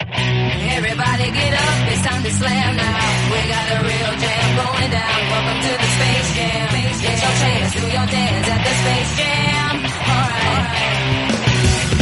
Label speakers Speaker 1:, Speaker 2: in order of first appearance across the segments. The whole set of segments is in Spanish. Speaker 1: Everybody get up, it's time to slam now. We got a real jam going down. Welcome to the Space Jam. Get your chance, do your dance at the Space Jam. Alright.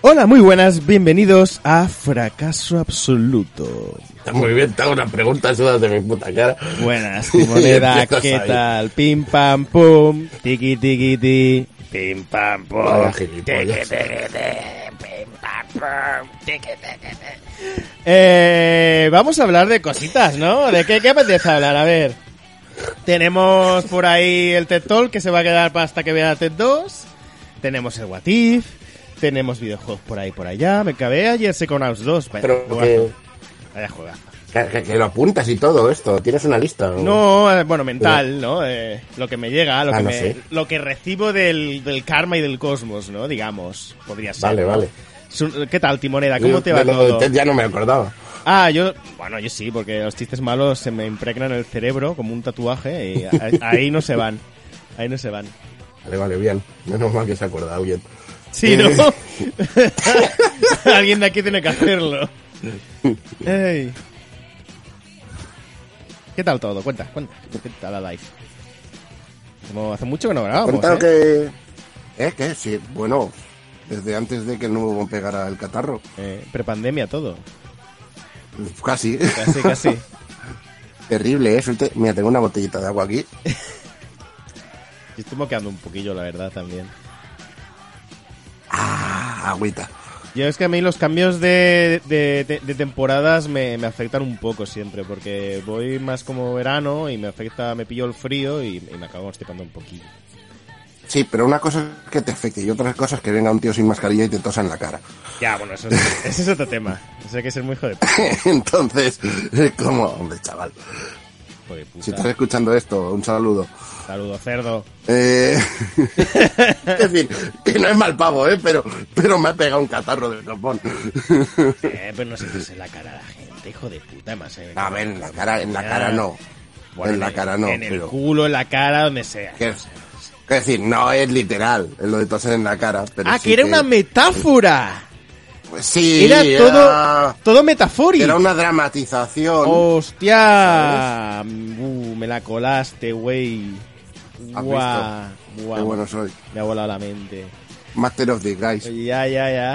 Speaker 2: Hola, muy buenas, bienvenidos a Fracaso Absoluto.
Speaker 3: Muy bien, te hago una pregunta esas de mi puta cara.
Speaker 2: Buenas, Timoneda,
Speaker 3: Empiezas
Speaker 2: ¿qué
Speaker 3: ahí.
Speaker 2: tal? Pim pam pum, tiki tiki ti, pim pam pum.
Speaker 3: Hola,
Speaker 2: tiki,
Speaker 3: gilipollas.
Speaker 2: tiki, ti, pim, pam, pum, tiki, tiki, ti. Eh, vamos a hablar de cositas, ¿no? ¿De qué, qué apetece hablar? A ver, tenemos por ahí el TED Talk que se va a quedar para hasta que vea TED 2. Tenemos el What If. Tenemos videojuegos por ahí por allá. Me acabé ayer Psychonauts 2. Vaya,
Speaker 3: Pero
Speaker 2: juegazo. Vaya juegazo.
Speaker 3: que, que- que lo apuntas y todo esto. ¿Tienes una lista? o-
Speaker 2: No, eh, bueno, mental, ¿no? Eh, lo que me llega, lo,
Speaker 3: Ah,
Speaker 2: que,
Speaker 3: no
Speaker 2: me-
Speaker 3: sé.
Speaker 2: lo que recibo del, del karma y del cosmos, ¿no? Digamos, podría ser.
Speaker 3: Vale, vale.
Speaker 2: Su- ¿Qué tal, Timoneda? ¿Cómo
Speaker 3: Yo
Speaker 2: te va
Speaker 3: de lo del
Speaker 2: todo?
Speaker 3: Ted ya no me acordaba.
Speaker 2: Ah, yo... Bueno, yo sí, porque los chistes malos se me impregnan el cerebro como un tatuaje y a- ahí no se van. Ahí no se van.
Speaker 3: Vale, vale, bien. Menos mal que se ha acordado bien.
Speaker 2: Sí, ¿no?
Speaker 3: Eh,
Speaker 2: Alguien de aquí tiene que hacerlo. Ey. ¿Qué tal todo? Cuenta, cuenta. ¿Qué tal la live? Como hace mucho que no grabamos,
Speaker 3: Contado
Speaker 2: ¿eh?
Speaker 3: que... ¿Eh? ¿Qué? Sí, bueno... Desde antes de que el nuevo pegara el catarro.
Speaker 2: Eh, prepandemia todo.
Speaker 3: Casi.
Speaker 2: Casi, casi.
Speaker 3: Terrible, ¿eh? Suerte- Mira, tengo una botellita de agua aquí.
Speaker 2: Yo estoy moqueando un poquillo, la verdad, también.
Speaker 3: Ah, agüita.
Speaker 2: Yo es que a mí los cambios de, de- de- de temporadas me, me afectan un poco siempre, porque voy más como verano y me afecta, me pillo el frío y, y me acabo constipando un poquillo.
Speaker 3: Sí, pero una cosa es que te afecte y otra cosa es que venga un tío sin mascarilla y te tosa en la cara.
Speaker 2: Ya, bueno, eso es, ese es otro tema. Eso hay que ser muy hijo de, p-
Speaker 3: Entonces, es como, hombre, chaval,
Speaker 2: hijo de
Speaker 3: si
Speaker 2: puta.
Speaker 3: estás escuchando esto, un saludo.
Speaker 2: Saludo, cerdo.
Speaker 3: Eh, en fin, que no es mal pavo, ¿eh? Pero, pero me ha pegado un catarro de copón.
Speaker 2: Eh, pero no sientes en la cara a la gente, hijo de puta. Más, eh.
Speaker 3: A ver, en la cara, en la cara no.
Speaker 2: Bueno,
Speaker 3: en la
Speaker 2: el-
Speaker 3: cara no,
Speaker 2: En el
Speaker 3: pero...
Speaker 2: culo, en la cara, donde sea.
Speaker 3: ¿qué es? Quiero decir, no es literal, es lo de toser en la cara. Pero
Speaker 2: ah,
Speaker 3: sí
Speaker 2: que era una metáfora.
Speaker 3: pues sí,
Speaker 2: Era
Speaker 3: era-
Speaker 2: todo, Oh, todo metafórico.
Speaker 3: Era una dramatización.
Speaker 2: ¡Hostia! Uh, me la colaste, güey.
Speaker 3: ¿Has
Speaker 2: Guau, guau.
Speaker 3: Qué bueno soy.
Speaker 2: Me ha volado la mente.
Speaker 3: Master of the Guys.
Speaker 2: Oye, ya, ya, ya.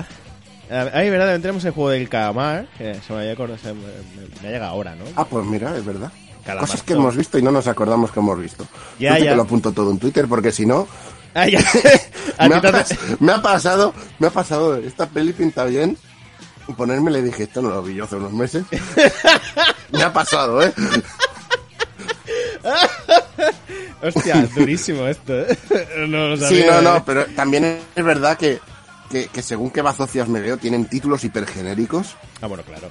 Speaker 2: Ay, verdad, también tenemos el juego del calamar. Que se me había acordado, se me, me- me ha llegado ahora, ¿no?
Speaker 3: Ah, pues mira, es verdad.
Speaker 2: Calamarzo.
Speaker 3: Cosas que hemos visto y no nos acordamos que hemos visto.
Speaker 2: Ya,
Speaker 3: Yo te
Speaker 2: ya.
Speaker 3: que lo apunto todo en Twitter porque si no,
Speaker 2: Ah, ya. A
Speaker 3: me,
Speaker 2: ti
Speaker 3: ha
Speaker 2: también-
Speaker 3: pas- me ha pasado, me ha pasado, esta peli pinta bien. Y Ponerme le dije, esto no lo vi yo hace unos meses. me ha pasado, ¿eh?
Speaker 2: Hostia, es durísimo esto, ¿eh? No lo sabía.
Speaker 3: Sí, no, no,
Speaker 2: ¿eh?
Speaker 3: pero también es verdad que, que, que según qué bazocias me veo, tienen títulos hipergenéricos.
Speaker 2: Ah, bueno, claro.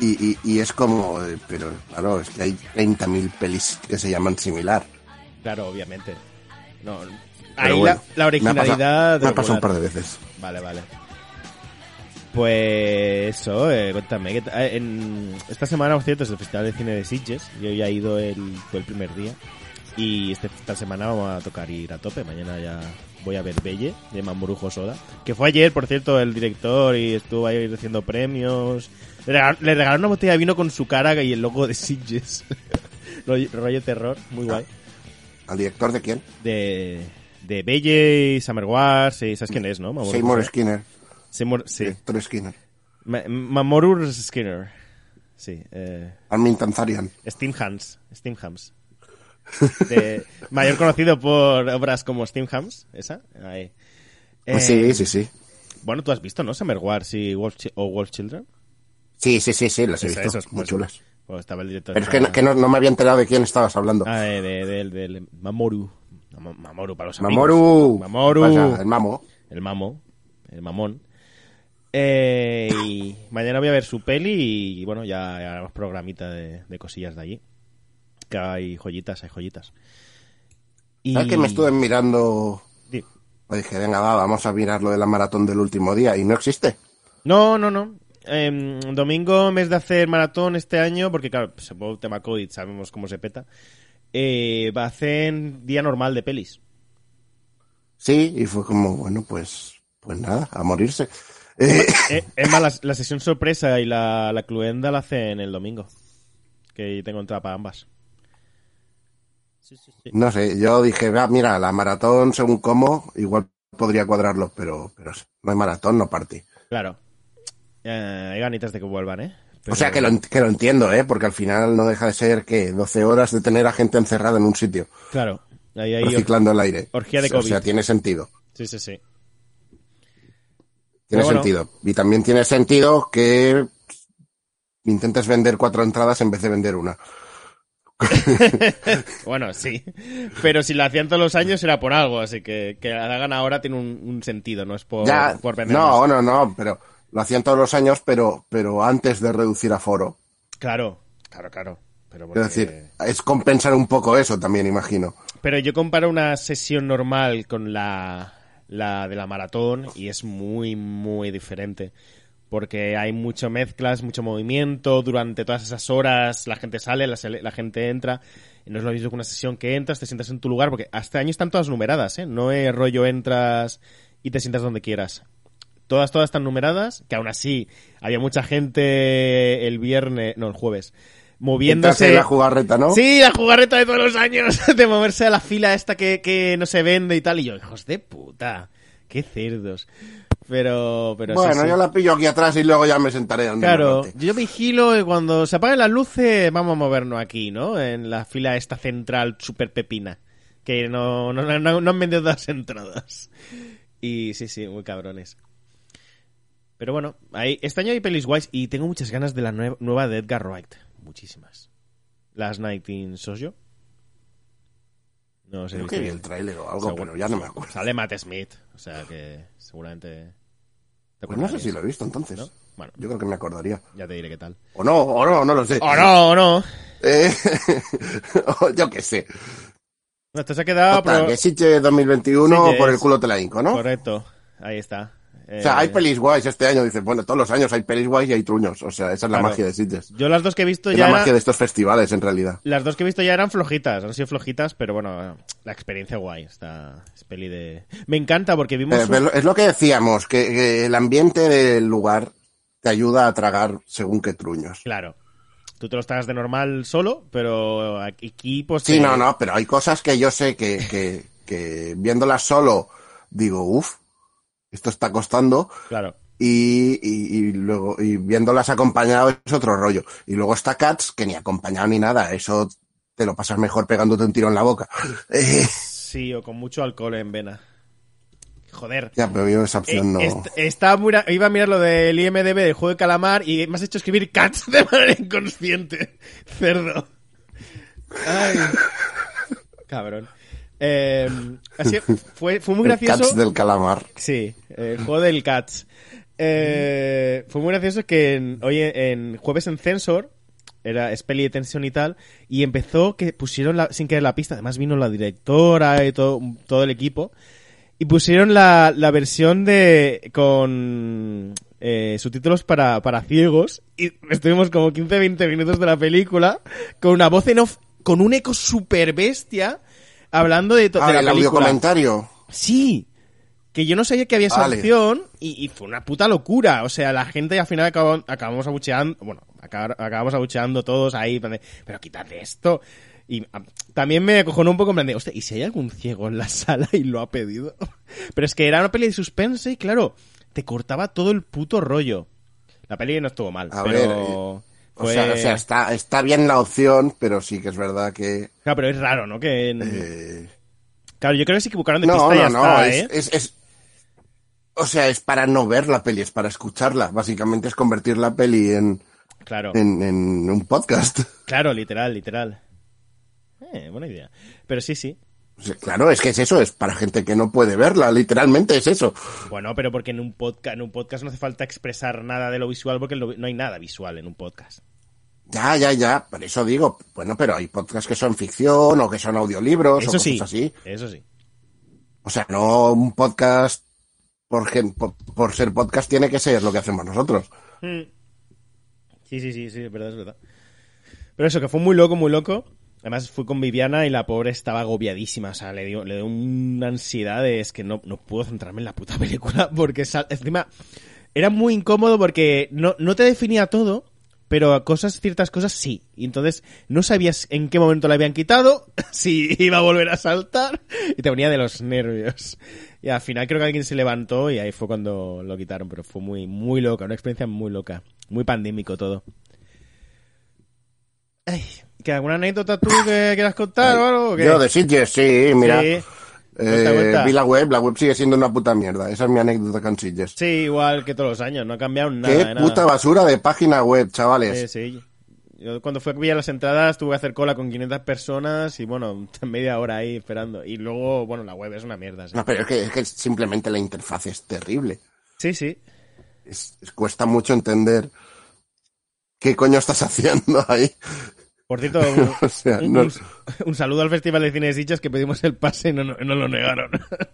Speaker 3: Y, y, y es como, eh, pero claro, es que hay 30.000 pelis que se llaman similar.
Speaker 2: Claro, obviamente. No.
Speaker 3: Pero
Speaker 2: Ahí
Speaker 3: bueno,
Speaker 2: la, la originalidad.
Speaker 3: Me ha pasado,
Speaker 2: de
Speaker 3: me ha pasado un
Speaker 2: volar.
Speaker 3: par de veces.
Speaker 2: Vale, vale. Pues eso, eh, cuéntame. ¿qué ta- eh, en- esta semana, por cierto, es el Festival de Cine de Sitges. Yo ya he ido el, fue el primer día. Y este- esta semana vamos a tocar ir a tope. Mañana ya voy a ver Belle, de Mamburujo Soda. Que fue ayer, por cierto, el director y estuvo ahí haciendo premios. Le regal- le regalaron una botella de vino con su cara y el logo de Sitges. Rollo- Rollo terror, muy guay
Speaker 3: ¿Al director de quién?
Speaker 2: de, de Belle y Summer Wars, y ¿sabes quién es, no? Mamoru
Speaker 3: Seymour
Speaker 2: Hosoda.
Speaker 3: Skinner.
Speaker 2: Seymour- sí.
Speaker 3: Héctor Skinner.
Speaker 2: Ma- Mamoru Skinner. Sí. Eh,
Speaker 3: Armin Tanzarian.
Speaker 2: Steam Hams. Steam Hams. De- mayor conocido por obras como Steam Hams, esa. ahí. Eh,
Speaker 3: Pues sí, sí, sí.
Speaker 2: Bueno, tú has visto, ¿no? Summer Wars y Wolf Chi- o Wolf Children.
Speaker 3: Sí, sí, sí, sí, las he
Speaker 2: Esa-
Speaker 3: visto.
Speaker 2: esas,
Speaker 3: muy
Speaker 2: pues,
Speaker 3: chulas.
Speaker 2: pues estaba el director.
Speaker 3: Pero es que, no, que no- no me había enterado de quién estabas hablando.
Speaker 2: Ah, eh, de- del, del Mamoru. No, Ma- Mamoru para los amigos.
Speaker 3: Mamoru.
Speaker 2: Mamoru.
Speaker 3: Pasa, el mamo.
Speaker 2: El mamo. El mamón. Eh, y mañana voy a ver su peli y bueno, ya haremos programita de, de cosillas de allí. Que hay joyitas, hay joyitas. Y...
Speaker 3: ¿Sabes Ah, que me estuve mirando?
Speaker 2: Di.
Speaker 3: Pues dije, venga, va, vamos a mirar lo de la maratón del último día. Y no existe.
Speaker 2: No, no, no. Em, domingo, en vez de hacer maratón este año, porque claro, se puede tema COVID, sabemos cómo se peta. eh, va a hacer día normal de pelis.
Speaker 3: Sí, y fue como, bueno, pues, pues nada, a morirse. Eh,
Speaker 2: Eh, es más, la, la sesión sorpresa y la, la cluenda la hacen el domingo. Que tengo entrada para ambas.
Speaker 3: no sé, yo dije, va, mira, la maratón, según cómo, igual podría cuadrarlo, pero, pero no hay maratón, no party.
Speaker 2: Claro. Eh, hay ganitas de que vuelvan, ¿eh? Pero-
Speaker 3: O sea, que lo, ent- que lo entiendo, ¿eh? Porque al final no deja de ser, que 12 horas de tener a gente encerrada en un sitio,
Speaker 2: Claro. Ahí hay...
Speaker 3: reciclando el aire.
Speaker 2: orgía de
Speaker 3: O sea, O sea,
Speaker 2: COVID.
Speaker 3: tiene sentido.
Speaker 2: Sí, sí, sí.
Speaker 3: Tiene
Speaker 2: Pero bueno.
Speaker 3: sentido. Y también tiene sentido que intentes vender cuatro entradas en vez de vender una.
Speaker 2: Bueno, sí. Pero si la hacían todos los años era por algo, así que que la hagan ahora tiene un, un sentido, no es por,
Speaker 3: ya,
Speaker 2: por vender más.
Speaker 3: no, no, no, pero lo hacían todos los años, pero, pero antes de reducir aforo.
Speaker 2: Claro, claro, claro. Pero porque-
Speaker 3: Es decir, es compensar un poco eso también, imagino.
Speaker 2: Pero yo comparo una sesión normal con la, la de la maratón y es muy, muy diferente. Porque hay mucho mezclas, mucho movimiento, durante todas esas horas la gente sale, la, sele- la gente entra. Y no es lo mismo que una sesión que entras, te sientas en tu lugar, porque hasta año están todas numeradas, ¿eh? No es rollo entras y te sientas donde quieras. Todas, todas están numeradas, que aún así había mucha gente el viernes, no, el jueves, moviéndose.
Speaker 3: Entonces, la jugarreta, ¿no?
Speaker 2: Sí, la jugarreta de todos los años, de moverse a la fila esta que, que no se vende y tal. Y yo, hijos de puta, qué cerdos. Pero, pero sí,
Speaker 3: bueno,
Speaker 2: sí.
Speaker 3: yo la pillo aquí atrás y luego ya me sentaré donde
Speaker 2: Claro,
Speaker 3: me mate.
Speaker 2: yo vigilo y cuando se apaguen las luces vamos a movernos aquí, ¿no? En la fila esta central super pepina. Que no, no, no, no han vendido las entradas. Y sí, sí, muy cabrones. Pero bueno, ahí, este año hay pelis guays y tengo muchas ganas de la nue- nueva de Edgar Wright. Muchísimas. Last Night in Sojo. No sé.
Speaker 3: Creo que vi el tráiler o algo,
Speaker 2: Seguro.
Speaker 3: pero ya no me acuerdo.
Speaker 2: Sale Matt Smith, o sea que seguramente... te
Speaker 3: Pues no sé
Speaker 2: acordarías,
Speaker 3: si lo he visto entonces.
Speaker 2: ¿no? Bueno,
Speaker 3: Yo creo que me acordaría.
Speaker 2: ya te diré qué tal.
Speaker 3: O no, o no, no lo sé.
Speaker 2: ¡Oh, no, oh, no!
Speaker 3: Eh, o yo qué sé.
Speaker 2: No, Esto se ha quedado
Speaker 3: Total,
Speaker 2: Ah, pero-
Speaker 3: que Sitges 2021
Speaker 2: Sitges.
Speaker 3: por el culo te la hinco, ¿no?
Speaker 2: correcto. Ahí está. Eh,
Speaker 3: O sea, hay pelis guays este año, dices, bueno, todos los años hay pelis guays y hay truños. O sea, esa es la
Speaker 2: Claro.
Speaker 3: magia de Sitges.
Speaker 2: Yo las dos que he visto
Speaker 3: Es
Speaker 2: ya
Speaker 3: la
Speaker 2: era-
Speaker 3: magia de estos festivales, en realidad.
Speaker 2: las dos que he visto ya eran flojitas, han sido flojitas, pero bueno, la experiencia guay, esta es peli de Me encanta porque vimos
Speaker 3: Eh,
Speaker 2: un-
Speaker 3: pero es lo que decíamos, que, que el ambiente del lugar te ayuda a tragar según qué truños.
Speaker 2: claro. Tú te lo tragas de normal solo, pero aquí pues
Speaker 3: Sí,
Speaker 2: te-
Speaker 3: no, no, pero hay cosas que yo sé que, que, que viéndolas solo digo, uff, esto está costando.
Speaker 2: Claro.
Speaker 3: Y, y- y luego, y viéndolas acompañado es otro rollo. Y luego está Cats, que ni acompañado ni nada, eso te lo pasas mejor pegándote un tiro en la boca. Eh,
Speaker 2: Sí, o con mucho alcohol en vena. Joder.
Speaker 3: ya, pero yo esa
Speaker 2: Eh,
Speaker 3: opción no.
Speaker 2: est- estaba muy- iba a mirar lo del IMDB del juego de calamar y me has hecho escribir cats de manera inconsciente. Cerdo. Ay. Cabrón. Eh, así fue, fue muy
Speaker 3: El Cats
Speaker 2: gracioso.
Speaker 3: del calamar.
Speaker 2: Sí, eh, el juego del Cats. Eh, fue muy gracioso que en- hoy en, en jueves en Censor era es peli de tensión y tal y empezó que pusieron la- sin querer la pista además vino la directora y todo, todo el equipo y pusieron la, la versión de con eh, subtítulos para, para ciegos y estuvimos como 15-20 minutos de la película con una voz en off con un eco super bestia hablando de, to-
Speaker 3: Ah,
Speaker 2: de la
Speaker 3: el audio
Speaker 2: película
Speaker 3: comentario.
Speaker 2: Sí. Que yo no sabía que había esa
Speaker 3: Vale.
Speaker 2: opción y, y fue una puta locura. O sea, la gente al final acabó- acabamos abucheando, bueno, acabar- acabamos abucheando todos ahí, en plan de, pero quítate esto. Y ah, también me acojonó un poco en plan de, hostia, ¿y si hay algún ciego en la sala y lo ha pedido? Pero es que era una peli de suspense y claro, te cortaba todo el puto rollo. La peli no estuvo mal,
Speaker 3: A
Speaker 2: pero...
Speaker 3: ver,
Speaker 2: pero
Speaker 3: O sea, o sea, está, está bien la opción, pero sí que es verdad que.
Speaker 2: Claro, pero es raro, ¿no? Que en-
Speaker 3: eh,
Speaker 2: Claro, yo creo que se equivocaron Mm. de
Speaker 3: No,
Speaker 2: pista y ya
Speaker 3: no, no.
Speaker 2: está,
Speaker 3: es,
Speaker 2: ¿eh?
Speaker 3: es- es- o sea, es para no ver la peli, es para escucharla. Básicamente es convertir la peli en,
Speaker 2: Claro,
Speaker 3: en, en un podcast.
Speaker 2: claro, literal, literal. Eh, buena idea. Pero sí, sí.
Speaker 3: O sea, claro, es que es eso, es para gente que no puede verla, literalmente es eso.
Speaker 2: Bueno, pero porque en un podcast, en un podcast no hace falta expresar nada de lo visual porque lo- no hay nada visual en un podcast.
Speaker 3: Ya, ya, ya, por eso digo, bueno, pero hay podcasts que son ficción o que son audiolibros o
Speaker 2: Eso
Speaker 3: cosas
Speaker 2: sí,
Speaker 3: así.
Speaker 2: eso sí.
Speaker 3: O sea, no un podcast por, gen- por, por ser podcast tiene que ser lo que hacemos nosotros.
Speaker 2: Mm. Sí, sí, sí, sí, es verdad, es verdad. Pero eso, que fue muy loco, muy loco. Además, fui con Viviana y la pobre estaba agobiadísima. O sea, le dio, le dio una ansiedad de es que no, no puedo centrarme en la puta película. Porque sa- encima era muy incómodo porque no, no te definía todo, pero a cosas, ciertas cosas sí. Y entonces no sabías en qué momento la habían quitado, si iba a volver a saltar, y te venía de los nervios. Y al final creo que alguien se levantó y ahí fue cuando lo quitaron, pero fue muy, muy loca, una experiencia muy loca, muy pandémico todo. Ay, ¿que alguna anécdota tú que quieras contar o algo? o qué?
Speaker 3: Yo de Sitges, sí, mira.
Speaker 2: Sí.
Speaker 3: Eh,
Speaker 2: Cuenta, cuenta.
Speaker 3: vi la web, la web sigue siendo una puta mierda. Esa es mi anécdota con Sitges.
Speaker 2: Sí, igual que todos los años, no ha cambiado nada.
Speaker 3: Qué
Speaker 2: de nada.
Speaker 3: puta basura de página web, chavales.
Speaker 2: Sí, sí. Yo cuando fui a pillar las entradas tuve que hacer cola con 500 personas y bueno, media hora ahí esperando. Y luego, bueno, la web es una mierda. Sí,
Speaker 3: No, pero es que, es que simplemente la interfaz es terrible.
Speaker 2: sí. sí.
Speaker 3: Es- es- cuesta mucho entender qué coño estás haciendo ahí.
Speaker 2: Por cierto, un,
Speaker 3: O sea,
Speaker 2: un-
Speaker 3: no-
Speaker 2: un- un saludo al Festival de Cine de Sitges que pedimos el pase y no, no, no lo negaron.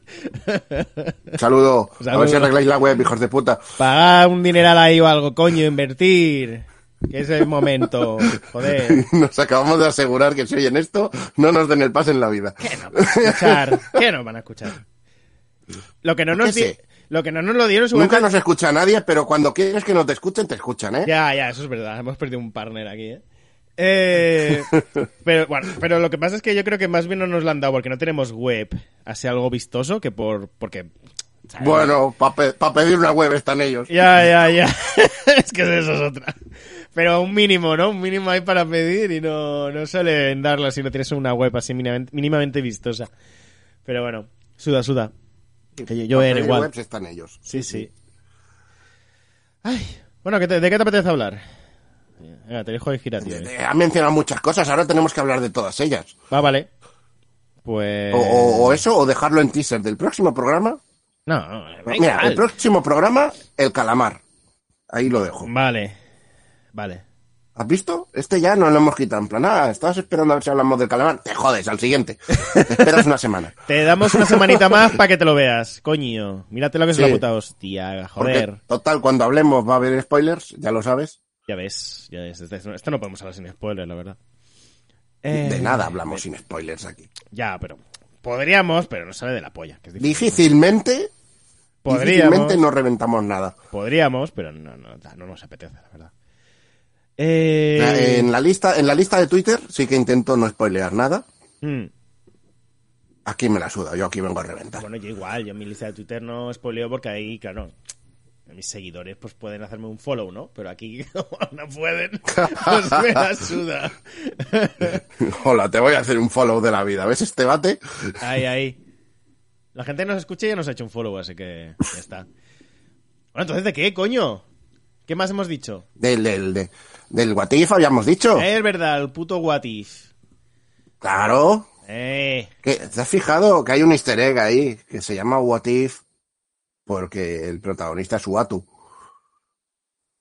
Speaker 3: Saludo. A
Speaker 2: Saludo.
Speaker 3: ver si arregláis la web, hijos de puta.
Speaker 2: Pagar un dineral ahí o algo, coño, invertir. Que es el momento. Joder.
Speaker 3: Nos acabamos de asegurar que si oyen esto, no nos den el pase en la vida.
Speaker 2: ¿Qué nos van a escuchar? ¿Qué nos van a escuchar? Lo que no nos,
Speaker 3: qué
Speaker 2: di-
Speaker 3: sé.
Speaker 2: lo, que no nos lo dieron seguramente-
Speaker 3: Nunca nos escucha nadie, pero cuando quieres que nos te escuchen, te escuchan, ¿eh?
Speaker 2: Ya, ya, eso es verdad. Hemos perdido un partner aquí, ¿eh? Eh, pero bueno, pero lo que pasa es que yo creo que más bien no nos lo han dado porque no tenemos web. Hace algo vistoso que por porque
Speaker 3: Bueno, para pedir una web están ellos.
Speaker 2: ya, ya, ya. es que eso es otra. Pero un mínimo, ¿no? Un mínimo hay para pedir y no, no suelen darlo si no tienes una web así mínimamente, mínimamente vistosa. Pero bueno, suda, suda. Que yo, yo
Speaker 3: Pa'
Speaker 2: era
Speaker 3: pedir
Speaker 2: igual.
Speaker 3: webs están ellos.
Speaker 2: Sí, sí. Ay, bueno, ¿qué te- ¿de qué te apetece hablar? Venga, te dejo de girar, tío. ¿eh?
Speaker 3: Eh, Ha mencionado muchas cosas, ahora tenemos que hablar de todas ellas.
Speaker 2: Va, Ah, vale. Pues.
Speaker 3: O, o- o eso, o dejarlo en teaser del próximo programa.
Speaker 2: No, no, da
Speaker 3: Mira, el
Speaker 2: igual.
Speaker 3: próximo programa, el calamar. Ahí lo dejo.
Speaker 2: Vale. Vale.
Speaker 3: ¿Has visto? Este ya no lo hemos quitado. En plan, ah, estabas esperando a ver si hablamos del calamar. Te jodes, al siguiente. Te esperas una semana.
Speaker 2: Te damos una semanita más para que te lo veas, coño. Mírate lo que es
Speaker 3: Sí.
Speaker 2: una puta hostia,
Speaker 3: Porque,
Speaker 2: joder.
Speaker 3: total, cuando hablemos va a haber spoilers, ya lo sabes.
Speaker 2: Ya ves, ya ves. Esto, esto- esto no podemos hablar sin spoilers, la verdad. Eh,
Speaker 3: De nada hablamos sin spoilers aquí.
Speaker 2: Ya, pero. Podríamos, pero no sale de la polla. Que es difícil.
Speaker 3: Difícilmente,
Speaker 2: Podríamos.
Speaker 3: difícilmente no reventamos nada.
Speaker 2: Podríamos, pero no, no, no nos apetece, la verdad. Eh.
Speaker 3: En la lista, en la lista de Twitter sí que intento no spoilear nada.
Speaker 2: mm.
Speaker 3: Aquí me la suda, yo aquí vengo a reventar.
Speaker 2: Bueno, yo igual, yo en mi lista de Twitter no spoileo porque ahí, claro, mis seguidores pues pueden hacerme un follow, ¿no? Pero aquí como no pueden, pues me la suda.
Speaker 3: Hola, te voy a hacer un follow de la vida. ¿Ves este bate?
Speaker 2: Ahí, ahí. La gente nos escucha y ya nos ha hecho un follow, así que ya está. Bueno, entonces, ¿de qué, coño? ¿Qué más hemos dicho?
Speaker 3: Del, del, de- del What If habíamos dicho.
Speaker 2: Eh, Es verdad, el puto what if.
Speaker 3: Claro.
Speaker 2: Eh,
Speaker 3: ¿Qué? ¿Te has fijado que hay un easter egg ahí que se llama What If? Porque el protagonista es Uatu.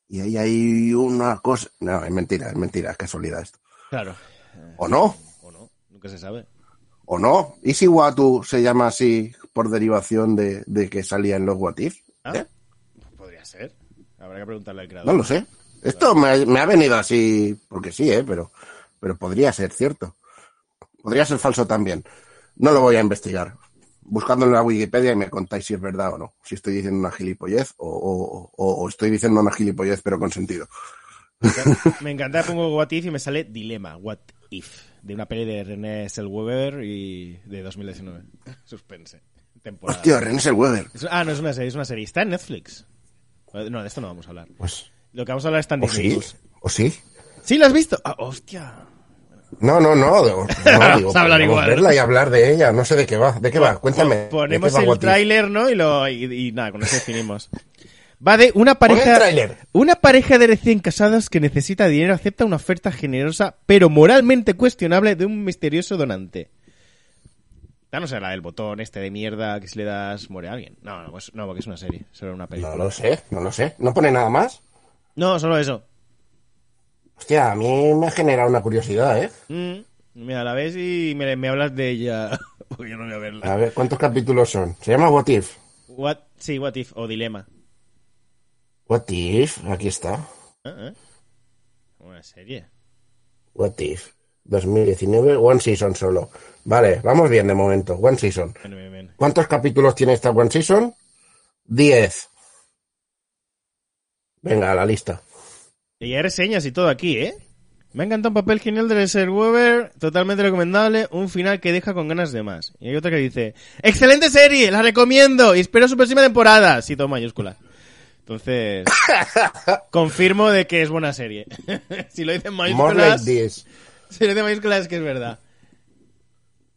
Speaker 3: Y ahí hay una cosa. No, es mentira, es mentira, es casualidad esto.
Speaker 2: claro.
Speaker 3: ¿O no?
Speaker 2: O no, nunca se sabe.
Speaker 3: ¿O no? ¿Y si Uatu se llama así por derivación de, de que salía en los What If?
Speaker 2: ¿Ah?
Speaker 3: ¿Eh?
Speaker 2: Podría ser. Habrá que preguntarle al
Speaker 3: No
Speaker 2: creador.
Speaker 3: lo sé. Esto me, ha- me ha venido así porque sí, ¿eh? pero, pero podría ser cierto. Podría ser falso también. No lo voy a investigar. Buscando en la Wikipedia y me contáis si es verdad o no. Si estoy diciendo una gilipollez o, o- o- o estoy diciendo una gilipollez pero con sentido.
Speaker 2: Me encanta, pongo What If y me sale Dilema, What If, de una peli de René Zellweger y de 2019. Suspense. Temporada.
Speaker 3: Hostia, René Selweger.
Speaker 2: Es- ah, no, es una serie, es una serie. Está en Netflix. No, de esto no vamos a hablar.
Speaker 3: Pues,
Speaker 2: Lo que vamos a hablar está en
Speaker 3: ¿O
Speaker 2: Disney
Speaker 3: ¿Oh, sí?
Speaker 2: Plus.
Speaker 3: ¿O sí?
Speaker 2: ¿Sí la has visto? Ah, hostia.
Speaker 3: No, no, no. digo, no, digo,
Speaker 2: Vamos a hablar
Speaker 3: podemos
Speaker 2: igual.
Speaker 3: verla y hablar de ella. No sé de qué va. ¿De qué va? Cuéntame. ¿de qué
Speaker 2: Ponemos
Speaker 3: va
Speaker 2: el
Speaker 3: What If?
Speaker 2: tráiler, ¿no? Y, lo, y, y nada, con eso definimos. Va de una
Speaker 3: Pon
Speaker 2: pareja,
Speaker 3: el tráiler.
Speaker 2: una pareja de recién casados que necesita dinero acepta una oferta generosa pero moralmente cuestionable de un misterioso donante. Ya no sé la del botón este de mierda que si le das muere alguien. No, no, pues- no, porque es una serie, solo una película.
Speaker 3: No lo sé, no lo sé. ¿No pone nada más?
Speaker 2: No, solo eso.
Speaker 3: Hostia, a mí me ha generado una curiosidad, ¿eh?
Speaker 2: Mm, mira, la ves y me, me hablas de ella. Porque yo no voy a verla.
Speaker 3: A ver, ¿cuántos capítulos son? Se llama What If.
Speaker 2: What, sí, What If o Dilema.
Speaker 3: What If, aquí está.
Speaker 2: Ah, ah. Una serie.
Speaker 3: What If. 2019, One Season solo. Vale, vamos bien de momento. One Season.
Speaker 2: Ven, ven, ven.
Speaker 3: ¿Cuántos capítulos tiene esta One Season? Diez. Venga, a la lista.
Speaker 2: Y hay reseñas y todo aquí, ¿eh? Me ha encantado un papel genial de Reserve Weber, totalmente recomendable, un final que deja con ganas de más. Y hay otra que dice, ¡Excelente serie! ¡La recomiendo! Y espero su próxima temporada. Sí, todo mayúscula. Entonces, confirmo de que es buena serie. si lo dicen
Speaker 3: More like
Speaker 2: mayúsculas,
Speaker 3: this.
Speaker 2: si lo dicen mayúsculas es que es verdad.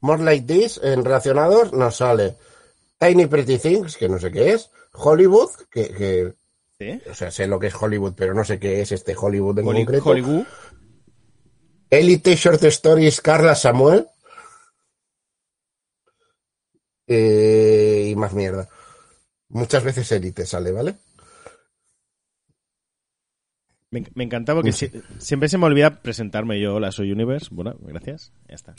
Speaker 3: More like this, en relacionados, nos sale Tiny Pretty Things, que no sé qué es. Hollywood, que, que
Speaker 2: ¿Sí?
Speaker 3: o sea, sé lo que es Hollywood, pero no sé qué es este Hollywood en
Speaker 2: Holly-
Speaker 3: concreto.
Speaker 2: Hollywood.
Speaker 3: Elite Short Stories, Carla Samuel. Eh, y más mierda. Muchas veces Elite sale, ¿vale?
Speaker 2: Me, me encantaba que siempre se me olvida presentarme yo, la Soy Universe. Bueno, gracias. Ya está.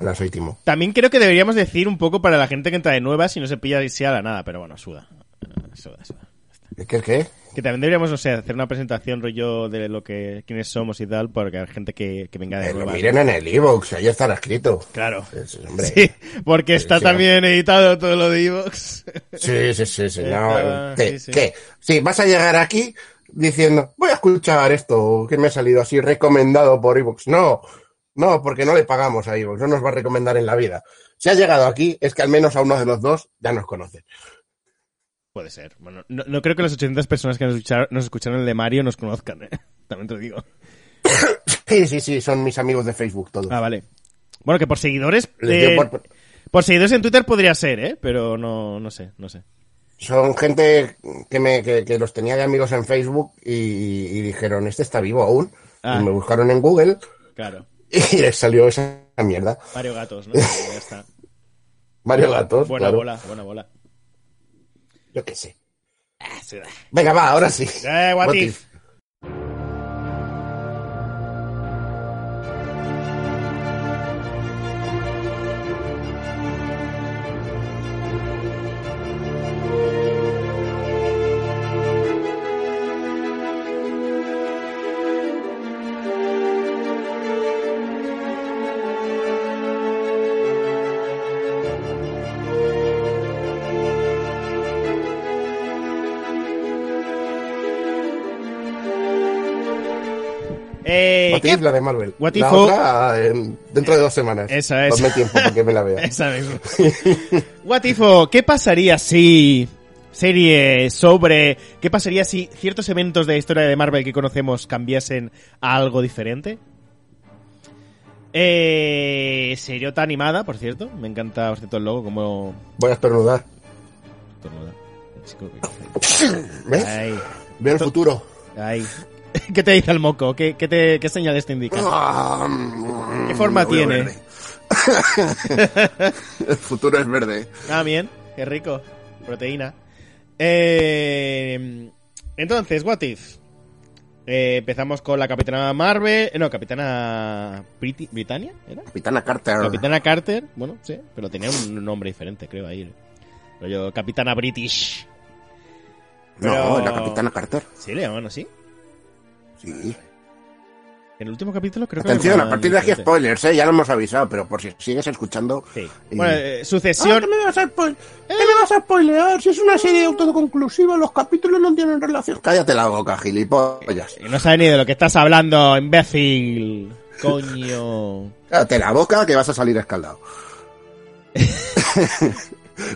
Speaker 3: La soy Timo.
Speaker 2: También creo que deberíamos decir un poco para la gente que entra de nueva si no se pilla y sea la nada, pero bueno, suda. Eh, Suda, suda.
Speaker 3: ¿Qué, qué?
Speaker 2: Que también deberíamos, no sé, hacer una presentación rollo de lo que, quiénes somos y tal, porque hay gente que, que venga de
Speaker 3: Eh, lo
Speaker 2: nueva.
Speaker 3: miren en el Evox, ahí estará escrito.
Speaker 2: Claro.
Speaker 3: Es- hombre.
Speaker 2: Sí, porque está
Speaker 3: sí.
Speaker 2: también editado todo lo de Evox.
Speaker 3: Sí, sí, sí, señor.
Speaker 2: Está- Ah,
Speaker 3: ¿Qué?
Speaker 2: sí,
Speaker 3: Sí,
Speaker 2: sí.
Speaker 3: ¿Qué? Sí, vas a llegar aquí diciendo, voy a escuchar esto que me ha salido así recomendado por Evox. No, no, porque no le pagamos a Evox, no nos va a recomendar en la vida. Si ha llegado aquí, es que al menos a uno de los dos ya nos conoce.
Speaker 2: Puede ser. Bueno, no, no creo que las 800 personas que nos escucharon, nos escucharon el de Mario nos conozcan, ¿eh? También te lo digo.
Speaker 3: Sí, sí, sí, son mis amigos de Facebook todos.
Speaker 2: Ah, vale. Bueno, que por seguidores...
Speaker 3: Les dio
Speaker 2: eh,
Speaker 3: por-
Speaker 2: Por seguidores en Twitter podría ser, ¿eh? Pero no, no sé, no sé.
Speaker 3: Son gente que, me, que, que los tenía de amigos en Facebook y, y dijeron, este está vivo aún.
Speaker 2: Ah.
Speaker 3: Y me buscaron en Google
Speaker 2: Claro.
Speaker 3: y les salió esa mierda.
Speaker 2: Mario Gatos, ¿no? ya está.
Speaker 3: Varios gatos.
Speaker 2: Buena
Speaker 3: claro.
Speaker 2: bola, buena bola.
Speaker 3: Yo qué sé. Venga, va, ahora sí.
Speaker 2: Eh, what
Speaker 3: What
Speaker 2: if?
Speaker 3: if?
Speaker 2: Eh,
Speaker 3: What
Speaker 2: ¿qué?
Speaker 3: if, la de Marvel.
Speaker 2: What
Speaker 3: la
Speaker 2: if-
Speaker 3: otra, en- dentro de dos semanas.
Speaker 2: Esa es.
Speaker 3: Dame tiempo para que me la vea.
Speaker 2: Esa misma. What if, oh, ¿qué pasaría si serie sobre qué pasaría si ciertos eventos de la historia de Marvel que conocemos cambiasen a algo diferente? Eh, seriota animada, por cierto. Me encanta por cierto, el logo como
Speaker 3: Voy a estornudar. ¿Ves?
Speaker 2: Ay,
Speaker 3: Veo el futuro.
Speaker 2: ay. ¿Qué te dice el moco? ¿Qué, qué, te- qué señales te indican? ¿Qué
Speaker 3: ¿Qué
Speaker 2: forma tiene?
Speaker 3: el futuro es verde.
Speaker 2: Ah, bien, qué rico. Proteína. Eh, entonces, What If. Eh, empezamos con la Capitana Marvel. eh, No, Capitana Briti- Britannia, ¿era?
Speaker 3: Capitana Carter.
Speaker 2: Capitana Carter. Bueno, sí, pero tenía un nombre diferente, creo, ahí. eh. Rollo Capitana British. pero-
Speaker 3: No, la Capitana Carter.
Speaker 2: Sí, le llamaban así.
Speaker 3: Sí.
Speaker 2: Ah, En el último capítulo creo que... le
Speaker 3: Atención, a
Speaker 2: llamaban
Speaker 3: partir de aquí
Speaker 2: diferente.
Speaker 3: spoilers, ¿eh? ya lo hemos avisado, pero por si sigues escuchando. Ah,
Speaker 2: Sí. Bueno, eh, sucesión...
Speaker 3: me vas a spoiler? ¿Qué me vas a spoilear? Si es una serie autoconclusiva, los capítulos no tienen relación. Cállate la boca, gilipollas.
Speaker 2: Y No sabes ni de lo que estás hablando, imbécil. Coño.
Speaker 3: Cállate la boca que vas a salir escaldado.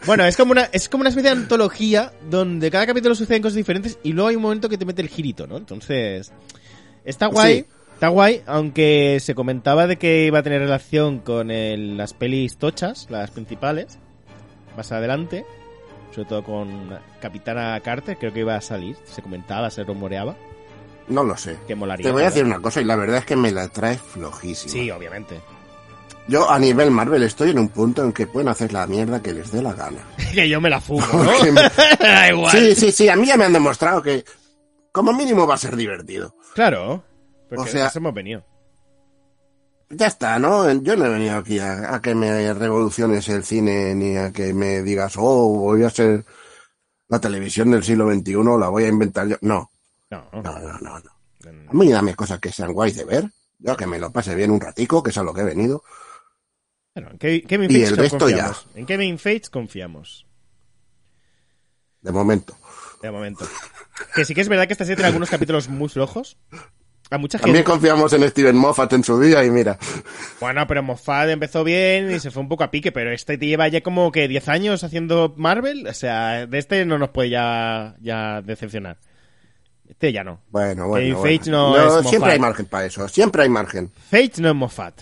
Speaker 2: Bueno, es como una, es como una especie de antología donde cada capítulo suceden cosas diferentes y luego hay un momento que te mete el girito, ¿no? Entonces, está guay.
Speaker 3: Sí.
Speaker 2: Está guay, aunque se comentaba de que iba a tener relación con el- las pelis tochas, las principales, más adelante, sobre todo con Capitana Carter, creo que iba a salir, se comentaba, se rumoreaba,
Speaker 3: No lo sé.
Speaker 2: que molaría.
Speaker 3: Te voy a
Speaker 2: ¿verdad?
Speaker 3: decir una cosa y la verdad es que me la trae flojísima.
Speaker 2: Sí, obviamente.
Speaker 3: Yo a nivel Marvel estoy en un punto en que pueden hacer la mierda que les dé la gana.
Speaker 2: que yo me la fumo,
Speaker 3: Porque
Speaker 2: ¿no?
Speaker 3: me-
Speaker 2: da igual.
Speaker 3: Sí, sí, sí, a mí ya me han demostrado que como mínimo va a ser divertido.
Speaker 2: Claro, porque
Speaker 3: O sea-
Speaker 2: a eso hemos venido.
Speaker 3: Ya está, ¿no? Yo no he venido aquí a, a que me revoluciones el cine ni a que me digas, oh, voy a ser la televisión del siglo XXI, la voy a inventar yo. No,
Speaker 2: No,
Speaker 3: no, no, no. no. A mí dame cosas que sean guays de ver. Yo que me lo pase bien un ratico, que es a lo que he venido.
Speaker 2: Bueno, en Ke- Kevin
Speaker 3: Y
Speaker 2: Feige
Speaker 3: el
Speaker 2: no
Speaker 3: resto ya.
Speaker 2: confiamos. En Kevin Feige confiamos,
Speaker 3: De momento.
Speaker 2: de momento. Que sí que es verdad que esta serie tiene algunos capítulos muy flojos. A mucha gente...
Speaker 3: También confiamos en Steven Moffat en su día y mira,
Speaker 2: Bueno, pero Moffat empezó bien y se fue un poco a pique, pero este te lleva ya como que 10 años haciendo Marvel. O sea, de este no nos puede ya, ya decepcionar. Este ya no.
Speaker 3: bueno, bueno.
Speaker 2: Kevin
Speaker 3: bueno.
Speaker 2: Feige no es
Speaker 3: siempre
Speaker 2: Moffat.
Speaker 3: hay margen para eso, siempre hay margen.
Speaker 2: Fate no es Moffat.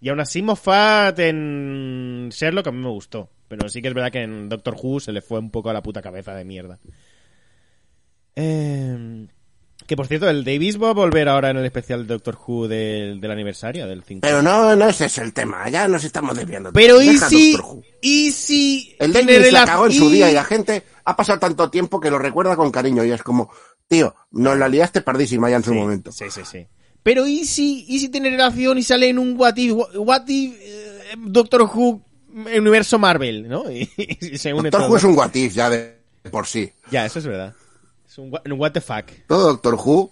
Speaker 2: Y aún así Moffat en Sherlock a mí me gustó. Pero sí que es verdad que en Doctor Who se le fue un poco a la puta cabeza de mierda. Eh, que por cierto, el Davis va a volver ahora en el especial de Doctor Who del, del aniversario, del 5.
Speaker 3: Pero no, no ese es el tema, ya nos estamos desviando.
Speaker 2: Pero y
Speaker 3: Deja
Speaker 2: si...
Speaker 3: Doctor Who.
Speaker 2: Y si...
Speaker 3: El
Speaker 2: tener
Speaker 3: Davis la
Speaker 2: af-
Speaker 3: cagó en su
Speaker 2: y-
Speaker 3: día y la gente ha pasado tanto tiempo que lo recuerda con cariño y es como, tío, nos la liaste pardísima este ya en su
Speaker 2: Sí,
Speaker 3: momento.
Speaker 2: Sí, sí, sí. Pero ¿y si, y si tiene relación y sale en un What If, what if, eh, Doctor Who eh, universo Marvel, ¿no? Y, y se une
Speaker 3: Doctor
Speaker 2: todo.
Speaker 3: Who es un guatiz ya de por sí.
Speaker 2: Ya, eso es verdad. Es un, gua- un what the fuck.
Speaker 3: Todo Doctor Who,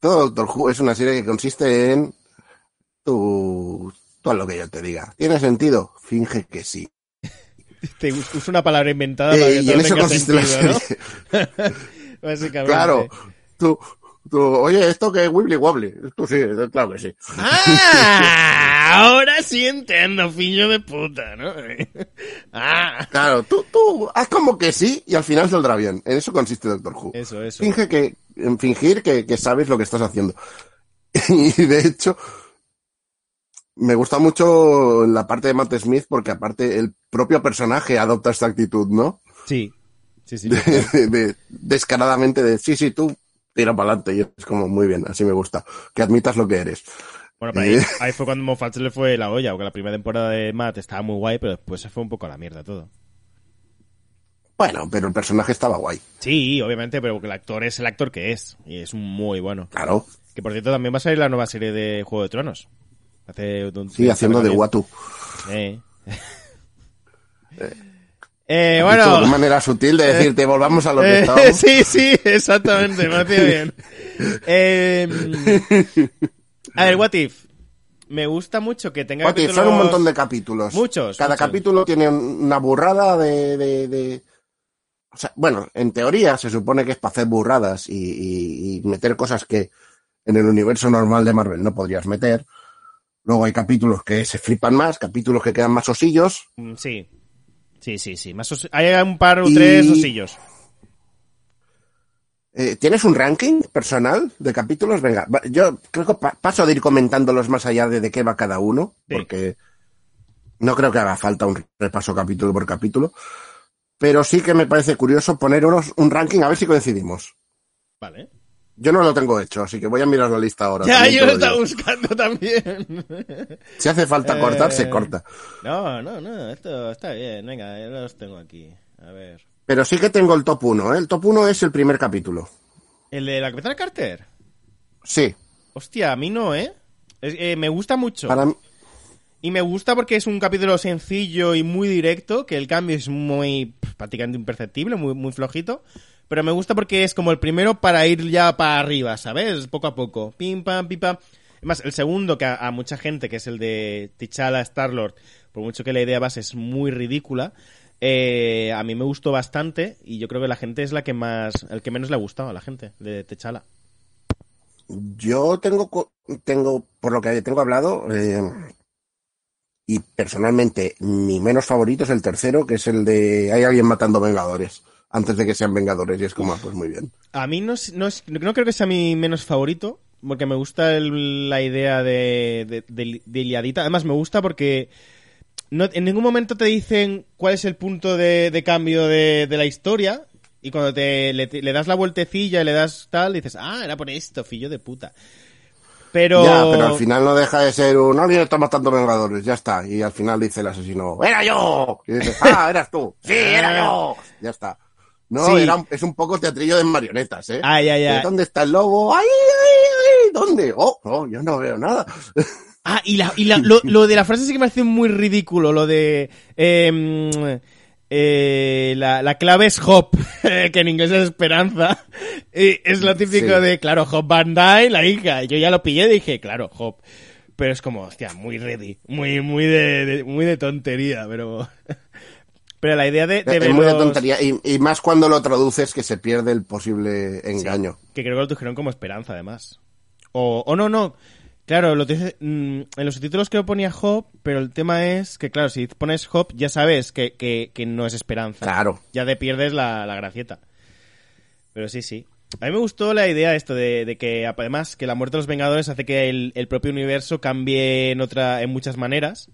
Speaker 3: todo Doctor Who es una serie que consiste en tú, tú haz lo que yo te diga. ¿Tiene sentido? Finge que sí.
Speaker 2: Te us- uso una palabra inventada
Speaker 3: Eh,
Speaker 2: para que
Speaker 3: y
Speaker 2: todo
Speaker 3: en eso
Speaker 2: tenga
Speaker 3: consiste la
Speaker 2: sentido, ¿no?
Speaker 3: serie.
Speaker 2: Básicamente.
Speaker 3: Claro. Tú, tú, oye, esto que es Wibbly Wobbly. Tú sí, claro que sí.
Speaker 2: ¡Ah! Ahora sí entiendo, fillo de puta, ¿no? ¡Ah!
Speaker 3: Claro, tú, tú, haz como que sí y al final saldrá bien. En eso consiste Doctor Who.
Speaker 2: Eso, eso.
Speaker 3: Finge que, en fingir que, que sabes lo que estás haciendo. y de hecho, me gusta mucho la parte de Matt Smith porque aparte el propio personaje adopta esta actitud, ¿no?
Speaker 2: Sí. Sí, sí.
Speaker 3: De- de- descaradamente de, sí, sí, tú tira para adelante y es como muy bien, así me gusta. Que admitas lo que eres. Eh,
Speaker 2: Bueno, pero ahí, ahí fue cuando Moffat se le fue la olla, porque la primera temporada de Matt estaba muy guay, pero después se fue un poco a la mierda todo.
Speaker 3: Bueno, pero el personaje estaba guay,
Speaker 2: Sí, obviamente, pero porque el actor es el actor que es, y es muy bueno.
Speaker 3: claro.
Speaker 2: Que por cierto, también va a salir la nueva serie de Juego de Tronos. Hace un-
Speaker 3: Sí, haciendo de Watu.
Speaker 2: Eh. Eh,
Speaker 3: Dicho De una
Speaker 2: bueno.
Speaker 3: manera sutil de decirte, volvamos a lo que
Speaker 2: eh,
Speaker 3: estábamos.
Speaker 2: sí, sí, exactamente, me hacía bien. Eh, a ver, What If. Me gusta mucho que tenga
Speaker 3: Oye,
Speaker 2: capítulos-
Speaker 3: son un montón de capítulos.
Speaker 2: Muchos,
Speaker 3: Cada
Speaker 2: muchos.
Speaker 3: capítulo tiene un- una burrada de. de- de- O sea, bueno, en teoría se supone que es para hacer burradas y, y- y meter cosas que en el universo normal de Marvel no podrías meter. Luego hay capítulos que se flipan más, capítulos que quedan más osillos.
Speaker 2: Mm, Sí. Sí, sí, sí. Más os- Hay un par o
Speaker 3: Y-
Speaker 2: tres osillos.
Speaker 3: Eh, ¿Tienes un ranking personal de capítulos? Venga, va- yo creo que pa- paso de ir comentándolos más allá de de qué va cada uno,
Speaker 2: Sí.
Speaker 3: porque no creo que haga falta un repaso capítulo por capítulo, pero sí que me parece curioso poner unos- un ranking a ver si coincidimos.
Speaker 2: Vale.
Speaker 3: Yo no lo tengo hecho, así que voy a mirar la lista ahora.
Speaker 2: Ya, yo
Speaker 3: también te
Speaker 2: lo
Speaker 3: digo.
Speaker 2: estaba buscando también.
Speaker 3: Si hace falta cortar,
Speaker 2: Eh.
Speaker 3: se corta.
Speaker 2: No, no, no, esto está bien. Venga, yo los tengo aquí. A ver.
Speaker 3: Pero sí que tengo el top 1, ¿eh? El top 1 es el primer capítulo.
Speaker 2: ¿El de la Capitana Carter?
Speaker 3: Sí,
Speaker 2: Hostia, a mí no, ¿eh? Es- eh, me gusta mucho.
Speaker 3: para mí-
Speaker 2: Y me gusta porque es un capítulo sencillo y muy directo, que el cambio es muy pff, prácticamente imperceptible, muy, muy flojito. Pero me gusta porque es como el primero para ir ya para arriba, ¿sabes? Poco a poco. Pim, pam, pim, pam. Además, el segundo, que a, a mucha gente, que es el de T'Challa Starlord, por mucho que la idea base es muy ridícula, eh, a mí me gustó bastante y yo creo que la gente es la que más, el que menos le ha gustado a la gente, de T'Challa.
Speaker 3: Yo tengo, co- tengo, por lo que tengo hablado, eh, y personalmente mi menos favorito es el tercero, que es el de hay alguien matando vengadores, antes de que sean vengadores, y es como, ah, pues muy bien.
Speaker 2: A mí no, es- no, es- no creo que sea mi menos favorito, porque me gusta el- la idea de, de, de- de liadita. Además, me gusta porque no, en ningún momento te dicen cuál es el punto de, de cambio de, de la historia. Y cuando te, le, le das la vueltecilla y le das tal, dices, ah, era por esto, fillo de puta. Pero,
Speaker 3: Ya, pero al final no deja de ser un alguien está matando vengadores, ya está. Y al final dice el asesino, ¡era yo! Y dices, ¡ah, eras tú! ¡Sí, era yo! Ya está. No,
Speaker 2: Sí.
Speaker 3: era un- es un poco teatrillo de marionetas, ¿eh?
Speaker 2: Ay, ay, ay.
Speaker 3: ¿De ¿Dónde está el lobo? ¡Ay, ay, ay! ¿Dónde? ¡Oh, oh, yo no veo nada!
Speaker 2: Ah, y, la, y la- lo, lo de la frase sí que me hace muy ridículo, lo de... eh, mm, eh, la, la clave es Hop, que en inglés es esperanza. Y es lo típico
Speaker 3: Sí.
Speaker 2: de, claro, Hop Van Dyne, la hija. Yo ya lo pillé y dije, claro, Hop. Pero es como, hostia, muy ready, muy, muy de, de- muy de tontería, pero... Pero la idea de, de
Speaker 3: es muy de
Speaker 2: verlos-
Speaker 3: tontería. Y, y más cuando lo traduces que se pierde el posible engaño.
Speaker 2: Que creo que lo trajeron como esperanza, además. O, o no, no. Claro, lo dice, mm, en los subtítulos creo que ponía Hop, pero el tema es que, claro, si pones Hop, ya sabes que, que, que no es esperanza.
Speaker 3: Claro.
Speaker 2: Ya te pierdes la, la gracieta. Pero sí, sí. A mí me gustó la idea esto de, de que, además, que la muerte de los Vengadores hace que el, el propio universo cambie en, otra, en muchas maneras.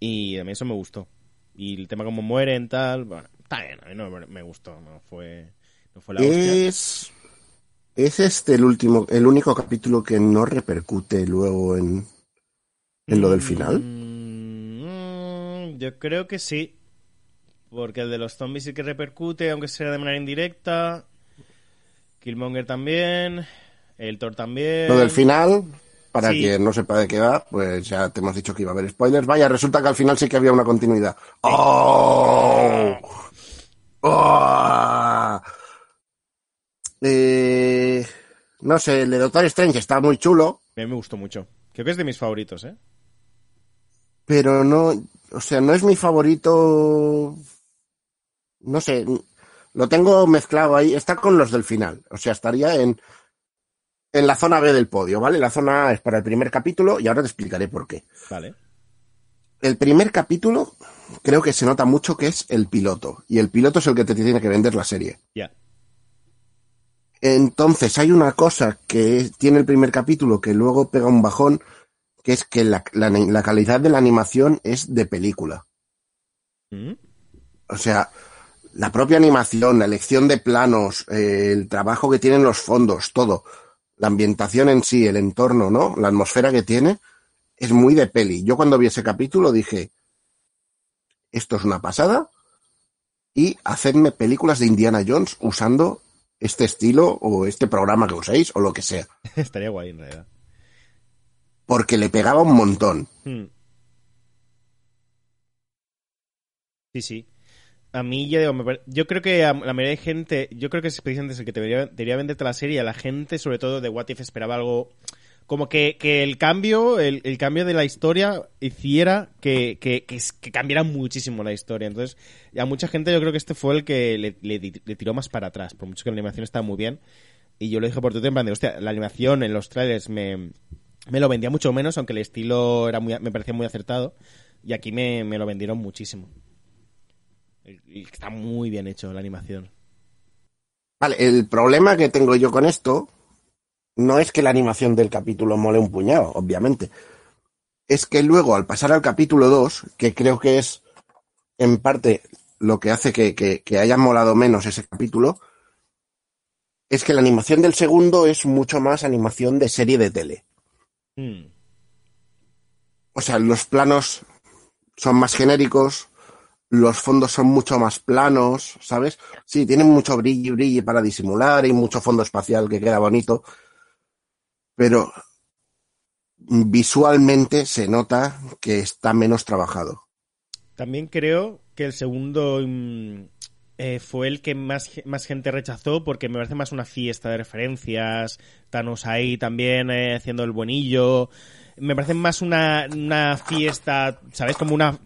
Speaker 2: Y a mí eso me gustó. Y el tema como mueren, tal. Bueno, está bien, a mí no me- me gustó. No fue, no fue la
Speaker 3: Eh,
Speaker 2: hostia.
Speaker 3: Es, es este el último, el único capítulo que no repercute luego en, en lo del final.
Speaker 2: Mm, yo creo que sí. Porque el de los zombies sí que repercute, aunque sea de manera indirecta. Killmonger también. El Thor también.
Speaker 3: Lo del final, para
Speaker 2: Sí.
Speaker 3: quien no sepa de qué va, pues ya te hemos dicho que iba a haber spoilers. Vaya, resulta que al final sí que había una continuidad. ¡Oh! ¡Oh! Eh, no sé, el de Doctor Strange está muy chulo,
Speaker 2: A mí me gustó mucho. Creo que es de mis favoritos, ¿eh?
Speaker 3: pero no, o sea, no es mi favorito. No sé, lo tengo mezclado ahí. Está con los del final, o sea, estaría en en la zona B del podio, ¿vale? La zona A es para el primer capítulo y ahora te explicaré por qué.
Speaker 2: Vale.
Speaker 3: El primer capítulo creo que se nota mucho que es el piloto y el piloto es el que te tiene que vender la serie.
Speaker 2: Ya.
Speaker 3: Entonces hay una cosa que tiene el primer capítulo que luego pega un bajón, que es que la- la- la calidad de la animación es de película.
Speaker 2: Mm,
Speaker 3: O sea, la propia animación, la elección de planos, eh, el trabajo que tienen los fondos, todo, la ambientación en sí, el entorno, ¿no? La atmósfera que tiene, es muy de peli. Yo cuando vi ese capítulo dije, esto es una pasada y hacedme películas de Indiana Jones usando este estilo o este programa que uséis o lo que sea,
Speaker 2: Estaría guay en realidad.
Speaker 3: porque le pegaba un montón.
Speaker 2: Mm. Sí, sí. A mí, ya digo, me pare- yo creo que a la mayoría de gente, yo creo que es precisamente es el que debería, debería venderte la serie. A la gente, sobre todo de What If, esperaba algo como que, que el cambio, el, el cambio de la historia hiciera que, que, que es- que cambiara muchísimo la historia. Entonces, a mucha gente yo creo que este fue el que le, le di- le tiró más para atrás, por mucho que la animación estaba muy bien. Y yo lo dije por Twitter en plan de, hostia, la animación en los trailers me, me lo vendía mucho menos, aunque el estilo era muy, me parecía muy acertado. Y aquí me, me lo vendieron muchísimo. Y- y Está muy bien hecho la animación.
Speaker 3: Vale, el problema que tengo yo con esto no es que la animación del capítulo mole un puñado, obviamente. Es que luego, al pasar al capítulo 2, que creo que es en parte lo que hace que, que, que haya molado menos ese capítulo, es que la animación del segundo es mucho más animación de serie de tele.
Speaker 2: Mm,
Speaker 3: O sea, los planos son más genéricos, los fondos son mucho más planos, ¿sabes? Sí, tienen mucho brillo y brillo para disimular y mucho fondo espacial que queda bonito, pero visualmente se nota que está menos trabajado.
Speaker 2: También creo que el segundo mm, eh, fue el que más, ge- más gente rechazó porque me parece más una fiesta de referencias. Thanos ahí también eh, haciendo el buenillo. Me parece más una, una fiesta, ¿sabes? Como una...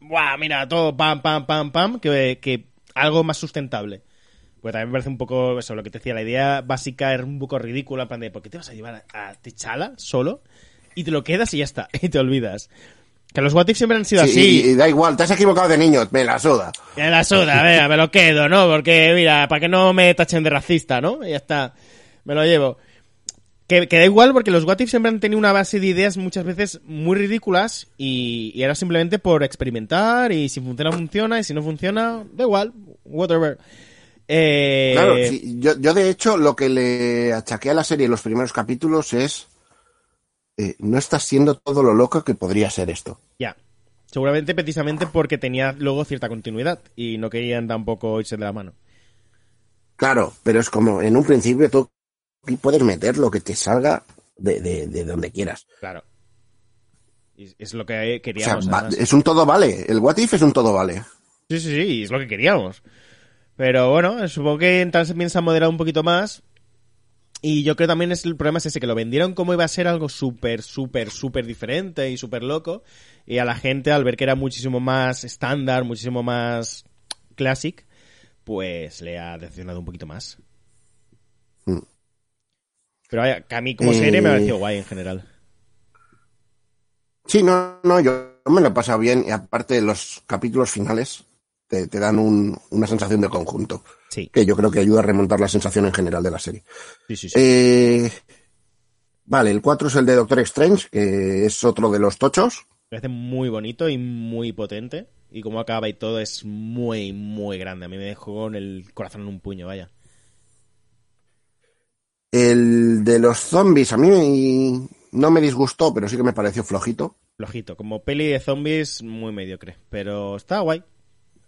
Speaker 2: ¡Buah! Mira, todo pam, pam, pam, pam, que, que algo más sustentable. Pues también me parece un poco eso, lo que te decía, la idea básica era un poco ridícula, en plan de, ¿por qué te vas a llevar a, a Techala solo? Y te lo quedas y ya está, y te olvidas. Que los What If siempre han sido
Speaker 3: Sí,
Speaker 2: así.
Speaker 3: y, y da igual, te has equivocado de niño, me la soda.
Speaker 2: En la soda, venga, me lo quedo, ¿no? Porque, mira, para que no me tachen de racista, ¿no? Y ya está, me lo llevo. Que, que da igual porque los What If siempre han tenido una base de ideas muchas veces muy ridículas y, y era simplemente por experimentar y si funciona, funciona y si no funciona, da igual, whatever. Eh,
Speaker 3: Claro, sí, yo, yo de hecho lo que le achaqué a la serie en los primeros capítulos es eh, no está siendo todo lo loca que podría ser esto.
Speaker 2: Ya. Seguramente precisamente porque tenía luego cierta continuidad y no querían tampoco irse de la mano.
Speaker 3: Claro, pero es como en un principio tú aquí puedes meter lo que te salga de, de- de donde quieras.
Speaker 2: Claro. Es, es lo que
Speaker 3: O sea,
Speaker 2: queríamos.
Speaker 3: va-
Speaker 2: además.
Speaker 3: es un todo vale. El what if es un todo vale.
Speaker 2: Sí, sí, sí, es lo que queríamos. Pero bueno, supongo que entonces también se ha moderado un poquito más. Y yo creo también es el problema es ese, que lo vendieron como iba a ser algo súper, súper, súper diferente y súper loco. Y a la gente, al ver que era muchísimo más estándar, muchísimo más classic, pues le ha decepcionado un poquito más.
Speaker 3: Mm.
Speaker 2: Pero vaya, que a mí como serie me ha
Speaker 3: Eh,
Speaker 2: parecido guay en general.
Speaker 3: Sí, no, no, yo me lo he pasado bien y aparte los capítulos finales te, te dan un- una sensación de conjunto
Speaker 2: Sí,
Speaker 3: que yo creo que ayuda a remontar la sensación en general de la serie.
Speaker 2: sí, sí. sí.
Speaker 3: Eh, vale, el 4 es el de Doctor Strange, que es otro de los tochos.
Speaker 2: Me parece muy bonito y muy potente. Y como acaba y todo es muy, muy grande. A mí me dejó con el corazón en un puño, vaya.
Speaker 3: El de los zombies, a mí me- no me disgustó, pero sí que me pareció flojito.
Speaker 2: Flojito. Como peli de zombies, muy mediocre. Pero está guay.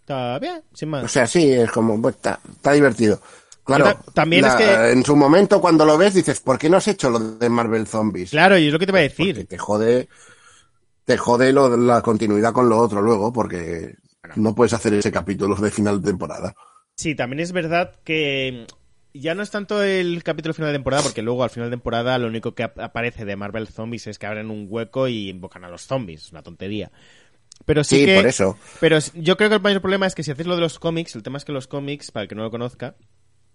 Speaker 2: Está bien, sin
Speaker 3: O
Speaker 2: más.
Speaker 3: sea, sí, es como, pues, está, está divertido. Claro,
Speaker 2: Yo ta- también es que-
Speaker 3: en su momento cuando lo ves dices, ¿por qué no has hecho lo de Marvel Zombies?
Speaker 2: Claro, y es lo que te iba a decir.
Speaker 3: Porque te jode, te jode lo- la continuidad con lo otro luego, porque no puedes hacer ese capítulo de final de temporada.
Speaker 2: Sí, también es verdad que ya no es tanto el capítulo final de temporada, porque luego al final de temporada lo único que ap- aparece de Marvel Zombies es que abren un hueco y invocan a los zombies. Es Una tontería. Pero sí,
Speaker 3: Sí,
Speaker 2: que-
Speaker 3: por eso.
Speaker 2: Pero es- yo creo que el mayor problema es que si hacéis lo de los cómics, el tema es que los cómics, para el que no lo conozca,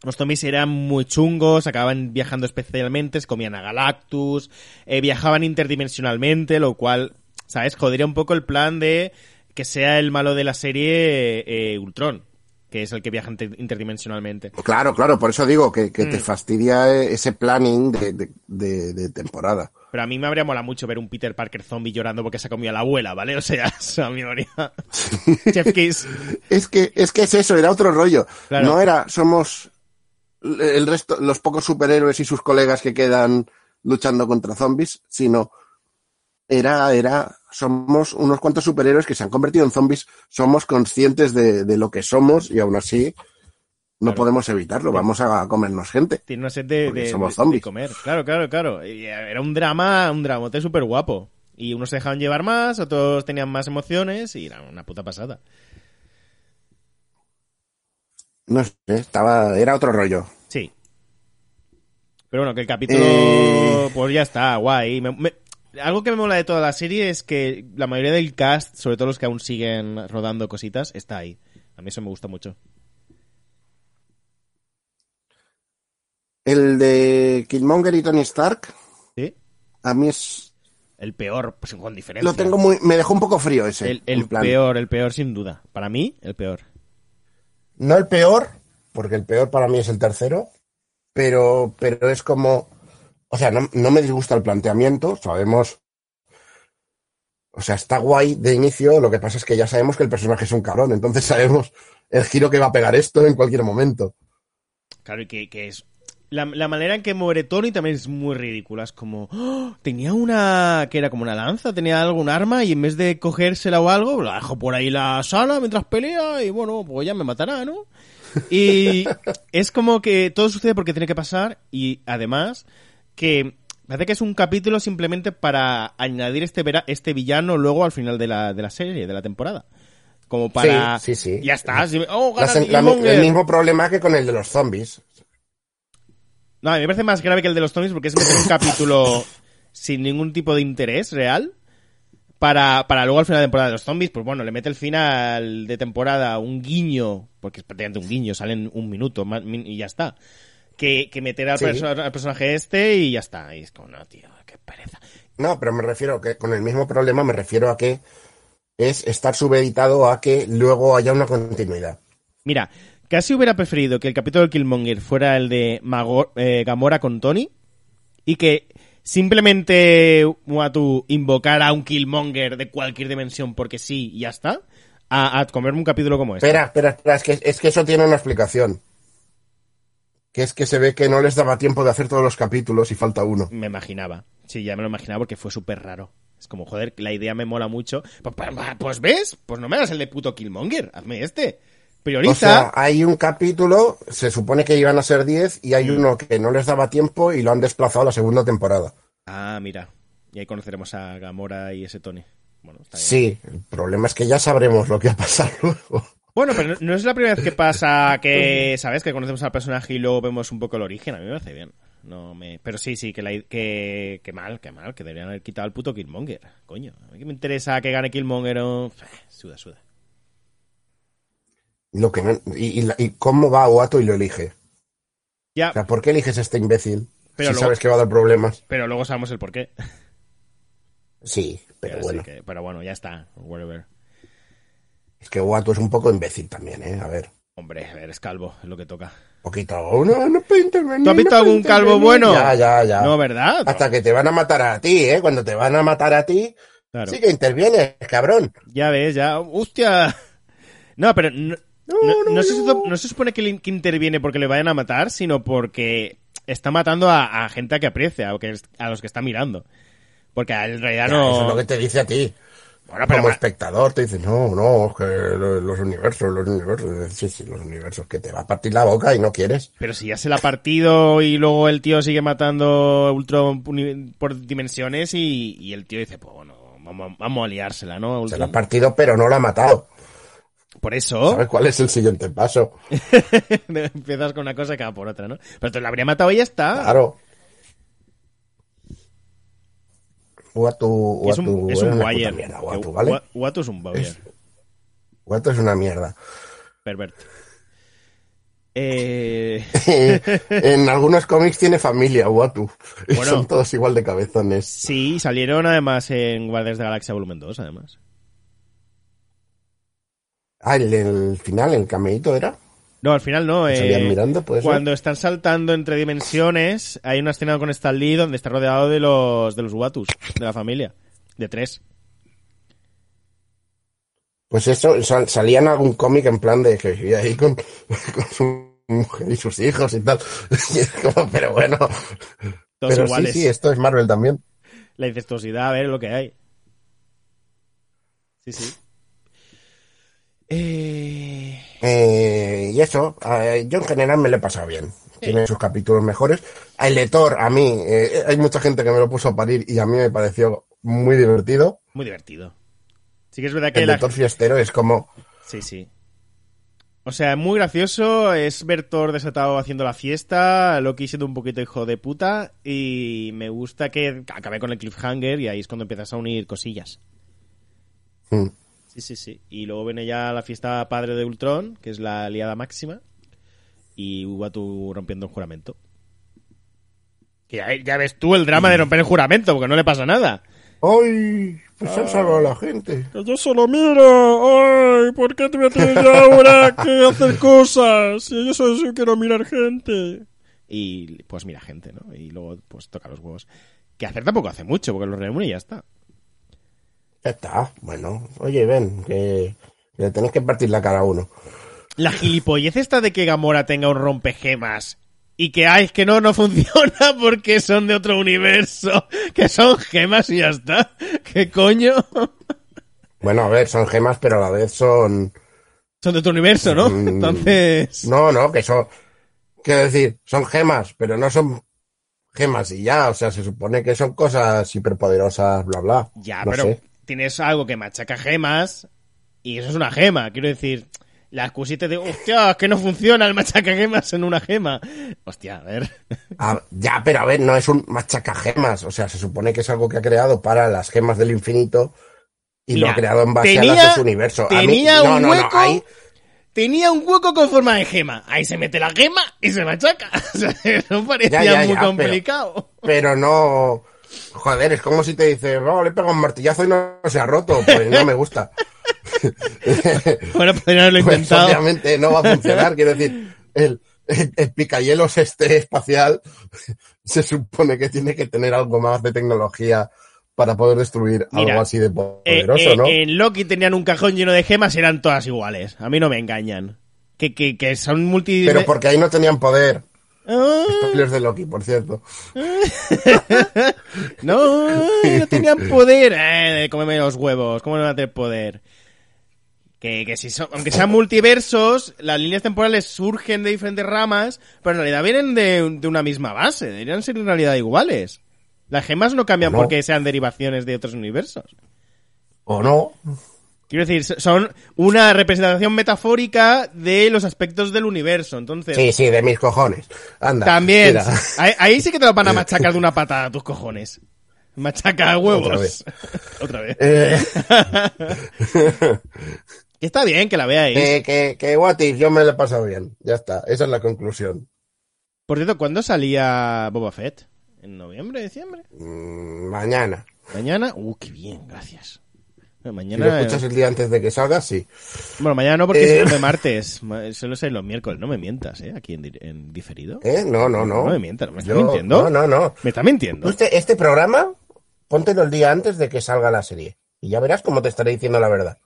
Speaker 2: los zombies eran muy chungos, acababan viajando especialmente, se comían a Galactus, eh, viajaban interdimensionalmente, lo cual, ¿sabes? Jodería un poco el plan de que sea el malo de la serie eh, Ultron, que es el que viaja inter- interdimensionalmente.
Speaker 3: Claro, claro, por eso digo que,
Speaker 2: Mm.
Speaker 3: que te fastidia eh, ese planning de, de- de- de temporada.
Speaker 2: Pero a mí me habría molado mucho ver un Peter Parker zombie llorando porque se ha comido a la abuela, ¿vale? O sea, eso a mí me habría... Chef Kiss.
Speaker 3: Es que, es que es eso, era otro rollo.
Speaker 2: Claro.
Speaker 3: No era, somos el resto, los pocos superhéroes y sus colegas que quedan luchando contra zombies, sino era, era, somos unos cuantos superhéroes que se han convertido en zombies, somos conscientes de, de lo que somos y aún así no
Speaker 2: Claro.
Speaker 3: podemos evitarlo, vamos a comernos gente.
Speaker 2: Tiene una sed de,
Speaker 3: Porque
Speaker 2: de-
Speaker 3: somos
Speaker 2: de-
Speaker 3: zombies.
Speaker 2: de comer. Claro, claro, claro. Y eh, Era un drama, un dramote súper guapo. Y unos se dejaban llevar más, otros tenían más emociones y era una puta pasada.
Speaker 3: No sé, estaba, era otro rollo.
Speaker 2: Sí. Pero bueno, que el capítulo,
Speaker 3: Eh.
Speaker 2: pues ya está, guay. Me- me- algo que me mola de toda la serie es que la mayoría del cast, sobre todo los que aún siguen rodando cositas, está ahí. A mí eso me gusta mucho.
Speaker 3: El de Killmonger y Tony Stark,
Speaker 2: ¿Sí?
Speaker 3: a mí es,
Speaker 2: El peor, pues con diferencia.
Speaker 3: lo tengo muy, me dejó un poco frío ese.
Speaker 2: El, el
Speaker 3: en plan,
Speaker 2: peor, el peor sin duda. Para mí, el peor.
Speaker 3: No el peor, porque el peor para mí es el tercero, pero, pero es como. O sea, no, no me disgusta el planteamiento, sabemos. O sea, está guay de inicio, lo que pasa es que ya sabemos que el personaje es un cabrón, entonces sabemos el giro que va a pegar esto en cualquier momento.
Speaker 2: Claro, y que, que es. La, la manera en que muere Tony también es muy ridícula. Es como. ¡oh! Tenía una. que era como una lanza, tenía algún arma y en vez de cogérsela o algo, la dejo por ahí la sala mientras pelea y bueno, pues ya me matará, ¿no? Y es como que todo sucede porque tiene que pasar y además que. Parece que es un capítulo simplemente para añadir este, vera- este villano luego al final de la, de la serie, de la temporada. Como para.
Speaker 3: sí, sí.
Speaker 2: Ya está. sí, oh,
Speaker 3: La
Speaker 2: gana
Speaker 3: sen- la-
Speaker 2: Killmonger.
Speaker 3: el mismo problema que con el de los zombies.
Speaker 2: No, a mí me parece más grave que el de los zombies porque es meter un capítulo sin ningún tipo de interés real para, para luego al final de temporada de los zombies, pues bueno, le mete el final de temporada un guiño, porque es prácticamente un guiño, salen un minuto más, min- y ya está. Que, que meter al,
Speaker 3: Sí.
Speaker 2: perso- al personaje este y ya está. Y es como, no, tío, qué pereza.
Speaker 3: No, pero me refiero que con el mismo problema me refiero a que es estar subeditado a que luego haya una continuidad.
Speaker 2: Mira, casi hubiera preferido que el capítulo de Killmonger fuera el de Mago- eh, Gamora con Tony y que simplemente Watu invocar a un Killmonger de cualquier dimensión porque sí y ya está, a, a comerme un capítulo como este.
Speaker 3: Espera, espera, espera, es que, es que eso tiene una explicación. Que es que se ve que no les daba tiempo de hacer todos los capítulos y falta uno.
Speaker 2: Me imaginaba. Sí, ya me lo imaginaba porque fue súper raro. Es como, joder, la idea me mola mucho. Pues, pues, pues, ves, pues no me hagas el de puto Killmonger, hazme este. Prioriza.
Speaker 3: O sea, hay un capítulo, se supone que iban a ser 10 y hay uno que no les daba tiempo y lo han desplazado a la segunda temporada.
Speaker 2: Ah, mira. Y ahí conoceremos a Gamora y ese Tony. Bueno, está bien.
Speaker 3: Sí, el problema es que ya sabremos lo que va a pasar luego.
Speaker 2: Bueno, pero no- no es la primera vez que pasa que, ¿sabes? Que conocemos al personaje y luego vemos un poco el origen. A mí me parece bien. No me... Pero sí, sí, que, la... i- que... que mal, que mal, que deberían haber quitado al puto Killmonger. Coño, a mí que me interesa que gane Killmonger o... Suda, suda.
Speaker 3: Lo que no- y, y la- y cómo va Oato y lo elige?
Speaker 2: Ya,
Speaker 3: O sea, ¿por qué eliges a este imbécil?
Speaker 2: Pero
Speaker 3: si
Speaker 2: luego-
Speaker 3: sabes que va a dar problemas.
Speaker 2: pero luego sabemos el porqué.
Speaker 3: Sí, pero
Speaker 2: Así
Speaker 3: bueno.
Speaker 2: que- pero bueno, ya está. Whatever.
Speaker 3: Es que Oato es un poco imbécil también, ¿eh? A ver.
Speaker 2: Hombre, a ver, es calvo, es lo que toca.
Speaker 3: Poquito. Oh, no, no puede intervenir.
Speaker 2: ¿Tú has
Speaker 3: no
Speaker 2: visto
Speaker 3: puede
Speaker 2: algún calvo
Speaker 3: intervenir.
Speaker 2: bueno?
Speaker 3: Ya, ya, ya.
Speaker 2: No, ¿verdad?
Speaker 3: Hasta que te van a matar a ti, ¿eh? Cuando te van a matar a ti,
Speaker 2: Claro.
Speaker 3: sí que intervienes, cabrón.
Speaker 2: Ya ves, ya. ¡Hostia! No, pero no,
Speaker 3: No,
Speaker 2: no-
Speaker 3: no,
Speaker 2: no se,
Speaker 3: no.
Speaker 2: supo- no se supone que, le- que interviene porque le vayan a matar, sino porque está matando a, a gente a que aprecia, a, que- a los que está mirando. Porque en realidad
Speaker 3: Ya, Eso es
Speaker 2: Ah, no.
Speaker 3: lo que te dice a ti.
Speaker 2: Bueno, pero
Speaker 3: Como
Speaker 2: ma-
Speaker 3: espectador te dice, no, no, es que lo- los universos, los universos, sí, sí, los universos, que te va a partir la boca y no quieres.
Speaker 2: Pero si ya se la ha partido y luego el tío sigue matando a Ultron puni- por dimensiones y, y el tío dice, pues bueno, vamos, vamos a liársela, ¿no?
Speaker 3: Se
Speaker 2: Ultron?
Speaker 3: lo ha partido, pero no lo ha matado.
Speaker 2: Por eso.
Speaker 3: ¿Sabes cuál es el siguiente paso?
Speaker 2: Empiezas con una cosa y acaba por otra, ¿no? Pero te la habría matado y ya está.
Speaker 3: Claro. Guatu,
Speaker 2: es
Speaker 3: Guatu,
Speaker 2: un, es
Speaker 3: era
Speaker 2: un
Speaker 3: una
Speaker 2: wire.
Speaker 3: puta mierda,
Speaker 2: Que
Speaker 3: Guatu,
Speaker 2: Wa-
Speaker 3: ¿vale?
Speaker 2: Watu es un wire.
Speaker 3: Es- Guatu es una mierda.
Speaker 2: Pervertido. Eh,
Speaker 3: en algunos cómics tiene familia, Watu. Y
Speaker 2: Bueno.
Speaker 3: son todos igual de cabezones.
Speaker 2: sí, salieron además en Guardianes de la Galaxia Volumen 2, además.
Speaker 3: Ah, el, el final, el cameíto era.
Speaker 2: No, al final no.
Speaker 3: ¿Se
Speaker 2: eh,
Speaker 3: Pues salían mirando? ¿Puede ser?
Speaker 2: cuando están saltando entre dimensiones, hay una escena con Stan Lee donde está rodeado de los, de los Watus, de la familia. De tres.
Speaker 3: Pues eso, sal- salía en algún cómic en plan de que vivía ahí con, con su mujer y sus hijos y tal. Y es como, pero bueno.
Speaker 2: Todos
Speaker 3: pero
Speaker 2: iguales.
Speaker 3: sí, sí, esto es Marvel también.
Speaker 2: La incestuosidad, a ver lo que hay. Sí, sí. Eh,
Speaker 3: Eh, y eso, eh, yo en general me lo he pasado bien. Tiene sus capítulos mejores. El lector, a mí, eh, hay mucha gente que me lo puso a parir y a mí me pareció muy divertido.
Speaker 2: muy divertido. Sí que es verdad que
Speaker 3: El
Speaker 2: la,
Speaker 3: lector fiestero es como,
Speaker 2: Sí, sí. O sea, muy gracioso. Es ver Thor desatado haciendo la fiesta. Loki siendo un poquito hijo de puta. Y me gusta que acabe con el cliffhanger y ahí es cuando empiezas a unir cosillas.
Speaker 3: mm,
Speaker 2: Sí, sí, sí. Y luego viene ya la fiesta padre de Ultron, que es la liada máxima. Y Ubatu rompiendo un juramento. Que ya, ya ves tú el drama de romper el juramento, porque no le pasa nada.
Speaker 3: ¡ay! Pues han salvado a la gente.
Speaker 4: Yo solo miro. Ay, ¿por qué te voy a tener yo ahora que hacer cosas? Si yo solo yo quiero mirar gente.
Speaker 2: Y pues mira gente, ¿no? Y luego pues toca los huevos. Que hacer tampoco hace mucho, porque los reúne y ya está.
Speaker 3: Ya está, bueno. Oye, ven, que, que le tenéis que partir la cara a uno.
Speaker 2: La gilipollez esta de que Gamora tenga un rompegemas y que, ay, es que no, no funciona porque son de otro universo, que son gemas y ya está. ¿Qué coño?
Speaker 3: Bueno, a ver, son gemas, pero a la vez son...
Speaker 2: Son de otro universo, ¿no?
Speaker 3: Mm.
Speaker 2: Entonces...
Speaker 3: No, no, que son... Quiero decir, son gemas, pero no son gemas y ya. O sea, se supone que son cosas hiperpoderosas, bla, bla.
Speaker 2: Ya,
Speaker 3: No
Speaker 2: pero
Speaker 3: sé.
Speaker 2: tienes algo que machaca gemas y eso es una gema. Quiero decir, la excusita de, hostia, es que no funciona el machaca gemas en una gema. Hostia, a ver.
Speaker 3: Ah, ya, pero a ver, no es un machacagemas. O sea, se supone que es algo que ha creado para las gemas del infinito y lo
Speaker 2: Mira,
Speaker 3: ha creado en base a
Speaker 2: tenía-
Speaker 3: las de su universo. A mí-
Speaker 2: tenía
Speaker 3: no,
Speaker 2: un
Speaker 3: no,
Speaker 2: hueco-
Speaker 3: no, ahí-
Speaker 2: Tenía un hueco con forma de gema. Ahí se mete la gema y se machaca. O sea, no parecía
Speaker 3: Ya, ya,
Speaker 2: muy
Speaker 3: ya,
Speaker 2: complicado.
Speaker 3: pero no... Joder, es como si te dice, "Oh, le pego un martillazo y no se ha roto. Pues no me gusta.
Speaker 2: Bueno, podrían haberlo
Speaker 3: Pues,
Speaker 2: intentado.
Speaker 3: obviamente no va a funcionar. Quiero decir, el, el, el picahielos este espacial se supone que tiene que tener algo más de tecnología para poder destruir
Speaker 2: Mira,
Speaker 3: algo así de
Speaker 2: Eh,
Speaker 3: poderoso,
Speaker 2: eh,
Speaker 3: ¿no?
Speaker 2: En Loki tenían un cajón lleno de gemas, eran todas iguales. A mí no me engañan. Que, que, que son multi...
Speaker 3: Pero porque ahí no tenían poder.
Speaker 2: Ah,
Speaker 3: Spoilers de Loki, por cierto.
Speaker 2: no, no tenían poder. Eh, cómeme los huevos, ¿cómo no van a tener poder? Que, que si son, aunque sean multiversos, las líneas temporales surgen de diferentes ramas, pero en realidad vienen de, un- de una misma base, deberían ser en realidad iguales. Las gemas no cambian
Speaker 3: No.
Speaker 2: porque sean derivaciones de otros universos.
Speaker 3: ¿O no?
Speaker 2: Quiero decir, so- son una representación metafórica de los aspectos del universo. Entonces,
Speaker 3: Sí, sí, de mis cojones. Anda.
Speaker 2: también.
Speaker 3: mira.
Speaker 2: Ahí, ahí sí que te lo van a machacar de una patada, tus cojones. Machaca huevos.
Speaker 3: Otra vez.
Speaker 2: Otra vez.
Speaker 3: Eh,
Speaker 2: Que está bien que la veáis.
Speaker 3: que, eh, que, que what if, yo me lo he pasado bien. Ya está, esa es la conclusión.
Speaker 2: Por cierto, ¿cuándo salía Boba Fett? ¿En noviembre, diciembre?
Speaker 3: Mm, mañana.
Speaker 2: ¿Mañana? Uh, qué bien, gracias. Bueno,
Speaker 3: Si lo
Speaker 2: Mañana.
Speaker 3: escuchas el día antes de que salga, sí.
Speaker 2: Bueno, mañana no porque
Speaker 3: Eh.
Speaker 2: es de martes. Ma- Solo sale los miércoles. No me mientas, ¿eh? Aquí en, di- en diferido.
Speaker 3: ¿Eh? No, no, no.
Speaker 2: No me mientas, ¿me estás
Speaker 3: Yo-
Speaker 2: mintiendo?
Speaker 3: No, no, no.
Speaker 2: Me está mintiendo.
Speaker 3: Tú Este, este programa, póntelo el día antes de que salga la serie. Y ya verás cómo te estaré diciendo la verdad.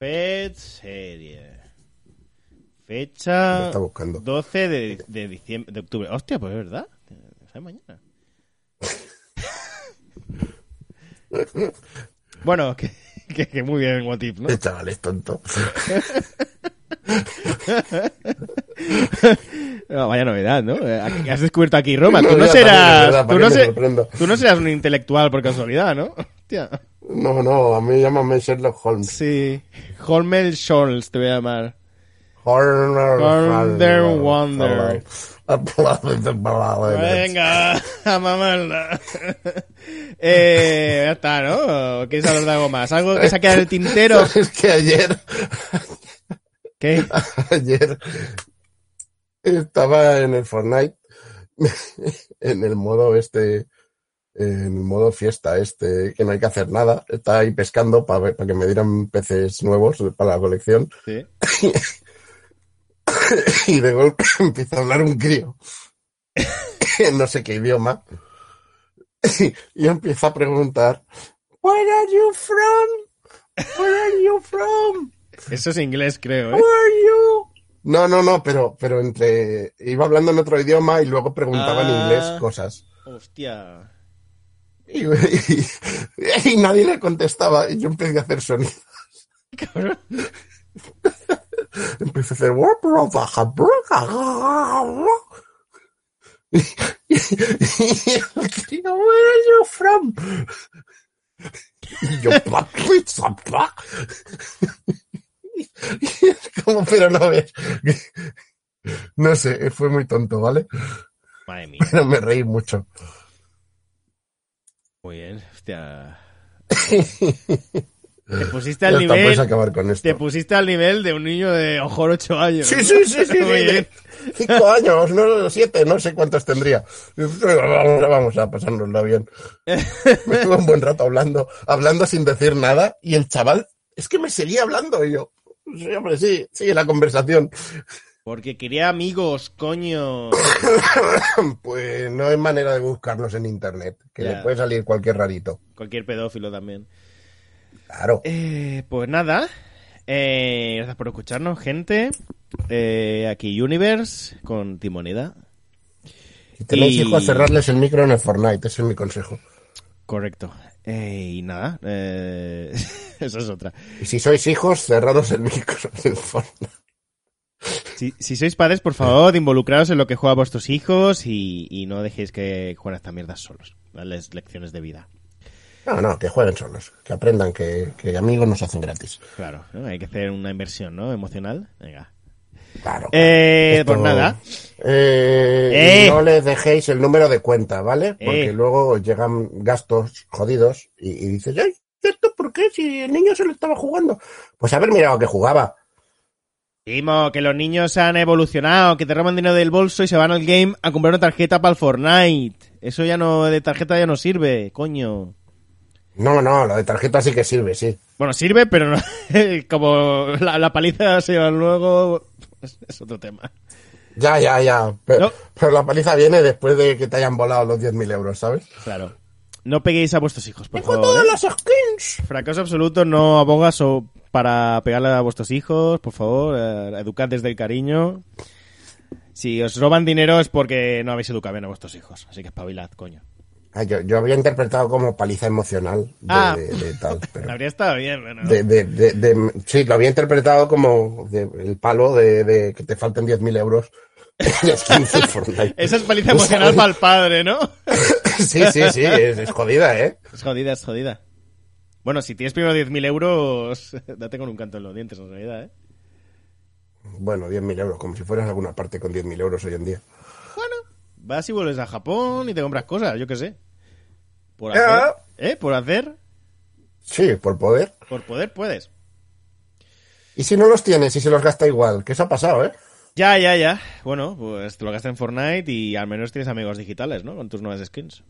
Speaker 2: Fed serie.
Speaker 3: Lo
Speaker 2: Fecha
Speaker 3: está buscando.
Speaker 2: 12 de, de diciembre, de octubre. Hostia, pues es verdad. Sale mañana. bueno, que, que- que muy bien, What If, ¿no?
Speaker 3: Este chaval es tonto.
Speaker 2: No, Ah, Vaya novedad, ¿no? Eh, aquí- Has descubierto aquí Roma.
Speaker 3: No,
Speaker 2: Tú no
Speaker 3: ya, también es verdad,
Speaker 2: serás.
Speaker 3: ¿para
Speaker 2: Tú
Speaker 3: qué
Speaker 2: no,
Speaker 3: me
Speaker 2: se-
Speaker 3: sorprendo?
Speaker 2: tú no serás un intelectual por casualidad, ¿no? Hostia.
Speaker 3: No, no, a mí llámame Sherlock Holmes.
Speaker 2: Sí. Holmel Scholz te voy a llamar.
Speaker 3: Horner,
Speaker 2: Horner Wonder.
Speaker 3: Venga.
Speaker 2: Venga, a mamarla. eh, ya está, ¿no? ¿Quieres hablar de algo más? ¿Algo que se ha quedado en el tintero?
Speaker 3: Es que ayer,
Speaker 2: ¿Qué?
Speaker 3: ayer estaba en el Fortnite, en el modo este, en el modo fiesta este, que no hay que hacer nada. Estaba ahí pescando para que me dieran peces nuevos para la colección.
Speaker 2: Sí.
Speaker 3: Y de golpe empieza a hablar un crío en no sé qué idioma. Y empieza a preguntar, Where are you from? Where are you from?
Speaker 2: Eso es inglés, creo, ¿eh?
Speaker 3: Where are you? No, no, no, pero, pero entre. Iba hablando en otro idioma y luego preguntaba en
Speaker 2: Ah.
Speaker 3: inglés cosas.
Speaker 2: Hostia.
Speaker 3: Y, y- y nadie le contestaba. Y yo empecé a hacer sonido.
Speaker 2: Cabrón.
Speaker 3: Empecé a hacer. Y, el tío, where are you from? Y yo, "Pa- pizza, pa". Y es como, pero no ves. No sé, fue muy tonto, ¿vale?
Speaker 2: Madre mía.
Speaker 3: Pero me reí mucho.
Speaker 2: Muy bien, hostia. Te pusiste
Speaker 3: Ya
Speaker 2: al
Speaker 3: está, pues, puedes
Speaker 2: nivel.
Speaker 3: acabar con esto.
Speaker 2: Te pusiste al nivel de un niño de ojor 8 años.
Speaker 3: Sí, sí, sí, sí, sí,
Speaker 2: Muy bien.
Speaker 3: de Cinco años, no, siete, no sé cuántos tendría. Vamos a pasárnoslo bien. Me estuve un buen rato hablando, hablando sin decir nada, y el chaval es que me seguía hablando y yo. Sí, hombre, sí, sigue la conversación.
Speaker 2: Porque quería amigos, coño.
Speaker 3: Pues no hay manera de buscarlos en internet, que
Speaker 2: Ya.
Speaker 3: le puede salir cualquier rarito.
Speaker 2: Cualquier pedófilo también.
Speaker 3: Claro.
Speaker 2: Eh, pues nada, eh, gracias por escucharnos, gente. Eh, aquí Universe con Timoneda.
Speaker 3: Si tenéis
Speaker 2: y-
Speaker 3: hijos, cerrarles el micro en el Fortnite, ese es mi consejo.
Speaker 2: Correcto. Eh, y nada, eh, esa es otra.
Speaker 3: Y si sois hijos, cerraros el micro en el Fortnite.
Speaker 2: Si, si sois padres, por favor, involucraros en lo que juegan vuestros hijos y, y no dejéis que jueguen a esta mierda solos. Darles lecciones de vida.
Speaker 3: No, no, que jueguen solos, que aprendan que, que amigos nos hacen gratis.
Speaker 2: Claro, ¿no? hay que hacer una inversión, ¿no? Emocional. Venga.
Speaker 3: Claro.
Speaker 2: Eh,
Speaker 3: Esto-
Speaker 2: pues nada.
Speaker 3: Eh,
Speaker 2: Eh.
Speaker 3: No les dejéis el número de cuenta, ¿vale? Porque
Speaker 2: Eh.
Speaker 3: luego os llegan gastos jodidos y, y dices, ay, ¿esto por qué? Si el niño se lo estaba jugando. Pues haber mirado a qué jugaba.
Speaker 2: Timo, que los niños han evolucionado, que te roban dinero del bolso y se van al game a comprar una tarjeta para el Fortnite. Eso ya no, de tarjeta ya no sirve, coño.
Speaker 3: No, no, lo de tarjeta sí que sirve, sí.
Speaker 2: Bueno, sirve, pero no- como la, la paliza se lleva luego, es, es otro tema.
Speaker 3: Ya, ya, ya. Pero,
Speaker 2: No.
Speaker 3: pero la paliza viene después de que te hayan volado los 10.000 euros, ¿sabes?
Speaker 2: Claro. No peguéis a vuestros hijos, por favor. ¿eh?
Speaker 3: skins!
Speaker 2: Fracaso absoluto, no abogas o para pegarle a vuestros hijos, por favor, eh, educad desde el cariño. Si os roban dinero es porque no habéis educado bien a vuestros hijos, así que espabilad, coño.
Speaker 3: Ah, yo, yo había interpretado como paliza emocional de,
Speaker 2: Ah.
Speaker 3: de- de tal, pero...
Speaker 2: Habría estado bien, pero no.
Speaker 3: de- de- de- de- sí, lo había interpretado como de- el palo de, de que te falten 10.000 euros de skins de Fortnite.
Speaker 2: Esa es paliza emocional para el padre, ¿no?
Speaker 3: Sí, sí, sí, es, es jodida, ¿eh?
Speaker 2: Es jodida, es jodida. Bueno, si tienes primero 10.000 euros, date con un canto en los dientes, en realidad, ¿eh?
Speaker 3: Bueno, 10.000 euros, como si fueras a alguna parte con 10.000 euros hoy en día.
Speaker 2: Bueno, vas y vuelves a Japón y te compras cosas, yo qué sé. Por hacer, ¿eh? Por hacer,
Speaker 3: Sí, por poder.
Speaker 2: por poder puedes.
Speaker 3: Y si no los tienes y se los gasta igual, que eso ha pasado, ¿eh?
Speaker 2: Ya, ya, ya. Bueno, pues te lo gastas en Fortnite y al menos tienes amigos digitales, ¿no? Con tus nuevas skins.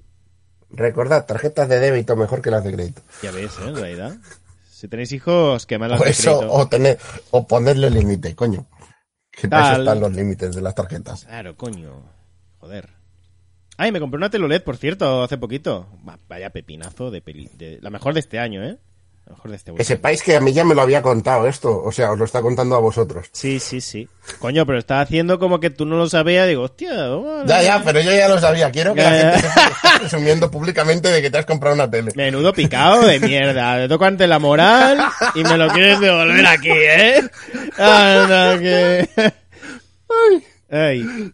Speaker 3: Recordad, tarjetas de débito mejor que las de crédito.
Speaker 2: Ya ves, ¿eh? En realidad. Si tenéis hijos, quemad las
Speaker 3: O
Speaker 2: de
Speaker 3: Pues eso,
Speaker 2: crédito.
Speaker 3: o, tener, o ponerle límite, coño. Que
Speaker 2: Tal.
Speaker 3: para eso están los límites de las tarjetas.
Speaker 2: Claro, coño. Joder. Ay, me compré una teloled, E por cierto, hace poquito. Va- Vaya pepinazo de peli. de- La mejor de este año, ¿eh? La mejor de este
Speaker 3: Que
Speaker 2: año.
Speaker 3: sepáis que a mí ya me lo había contado esto, o sea, os lo está contando a vosotros.
Speaker 2: Sí, sí, sí. Coño, pero está haciendo como que tú no lo sabías. Digo, hostia, vamos a-
Speaker 3: Ya, ya, pero yo ya lo sabía. Quiero que la
Speaker 2: Ya,
Speaker 3: gente sepa que estás presumiendo públicamente de que te has comprado una tele.
Speaker 2: Menudo picado de mierda. Le toco ante la moral y me lo quieres devolver aquí, ¿eh? Anda, que... Ay.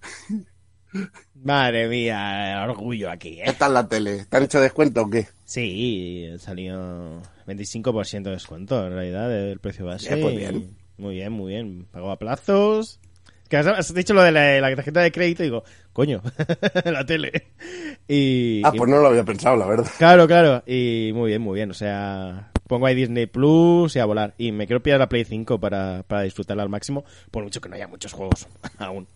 Speaker 2: Madre mía, el orgullo aquí, ¿eh?
Speaker 3: está en la tele? ¿Te han hecho descuento o qué?
Speaker 2: Sí, salió 25% de descuento en realidad del precio base.
Speaker 3: Eh, pues bien.
Speaker 2: Muy bien, muy bien. Pagó a plazos. Es que has- has dicho lo de la, la tarjeta de crédito y digo, coño, la tele. Y,
Speaker 3: Ah,
Speaker 2: y-
Speaker 3: pues no lo había pensado, la verdad.
Speaker 2: Claro, claro. Y muy bien, muy bien. O sea, pongo ahí Disney Plus y a volar. Y me quiero pillar la Play 5 para, para disfrutarla al máximo, por mucho que no haya muchos juegos aún.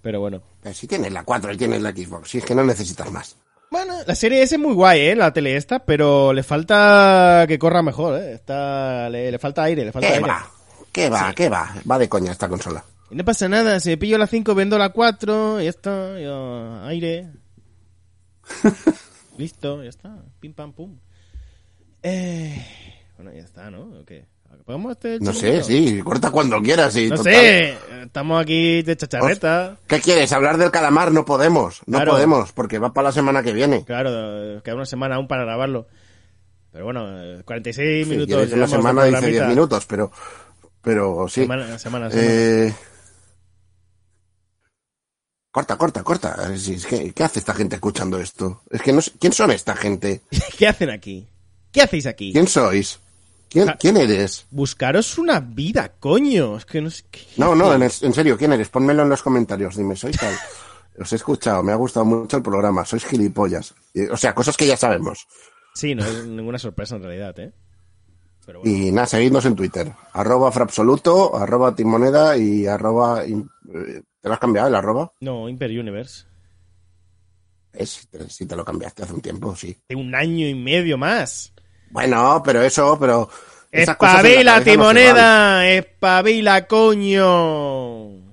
Speaker 2: Pero bueno.
Speaker 3: Pero si tienes la 4 y tienes la Xbox, si es que no necesitas más.
Speaker 2: Bueno, la serie S es muy guay, ¿eh? La tele esta, pero le falta que corra mejor, ¿eh? Está, le, le falta aire, le falta
Speaker 3: ¿Qué
Speaker 2: aire.
Speaker 3: va? ¿Qué va? ¿Qué va? Va de coña esta consola.
Speaker 2: Y no pasa nada, si pillo la 5, vendo la 4, y ya está, yo, aire. Listo, ya está, pim pam pum. Eh, bueno, ya está, ¿no? ¿O qué? ¿Apagamos este
Speaker 3: No sé,
Speaker 2: chiringuito?
Speaker 3: sí, corta cuando quieras y
Speaker 2: No
Speaker 3: total.
Speaker 2: sé, estamos aquí de chacharreta.
Speaker 3: ¿Qué quieres? ¿Hablar del calamar? No podemos, no
Speaker 2: Claro.
Speaker 3: podemos, porque va para la semana que viene.
Speaker 2: Claro, queda una semana aún para grabarlo. Pero bueno, eh, 46
Speaker 3: Sí,
Speaker 2: minutos.
Speaker 3: quieres una
Speaker 2: llevamos de
Speaker 3: semana dice 10
Speaker 2: programita.
Speaker 3: minutos, pero, pero sí.
Speaker 2: Semana, semana, semana.
Speaker 3: Eh, Corta, corta, corta. A ver si es que- ¿Qué hace esta gente escuchando esto? Es que no sé. ¿Quién son esta gente?
Speaker 2: ¿Qué hacen aquí? ¿Qué hacéis aquí?
Speaker 3: ¿Quién sois? ¿Quién,
Speaker 2: Ja-
Speaker 3: quién eres?
Speaker 2: Buscaros una vida, coño. Es que no sé qué-
Speaker 3: No, no, en, en serio, ¿quién eres? Pónmelo en los comentarios. Dime, soy tal. Os he escuchado, me ha gustado mucho el programa. Sois gilipollas. Eh, O sea, cosas que ya sabemos.
Speaker 2: Sí, no es ninguna sorpresa en realidad, ¿eh? Pero bueno.
Speaker 3: Y nada, seguidnos en Twitter. Arroba frapsoluto, arroba timoneda y arroba... im- eh, ¿Te lo has cambiado el arroba?
Speaker 2: No, Imper Universe.
Speaker 3: Es, si te- si te lo cambiaste hace un tiempo, sí.
Speaker 2: De un año y medio más.
Speaker 3: Bueno, pero eso, pero... esas cosas en
Speaker 2: ¡Espabila,
Speaker 3: la cabeza no se van.
Speaker 2: timoneda! ¡Espabila, coño!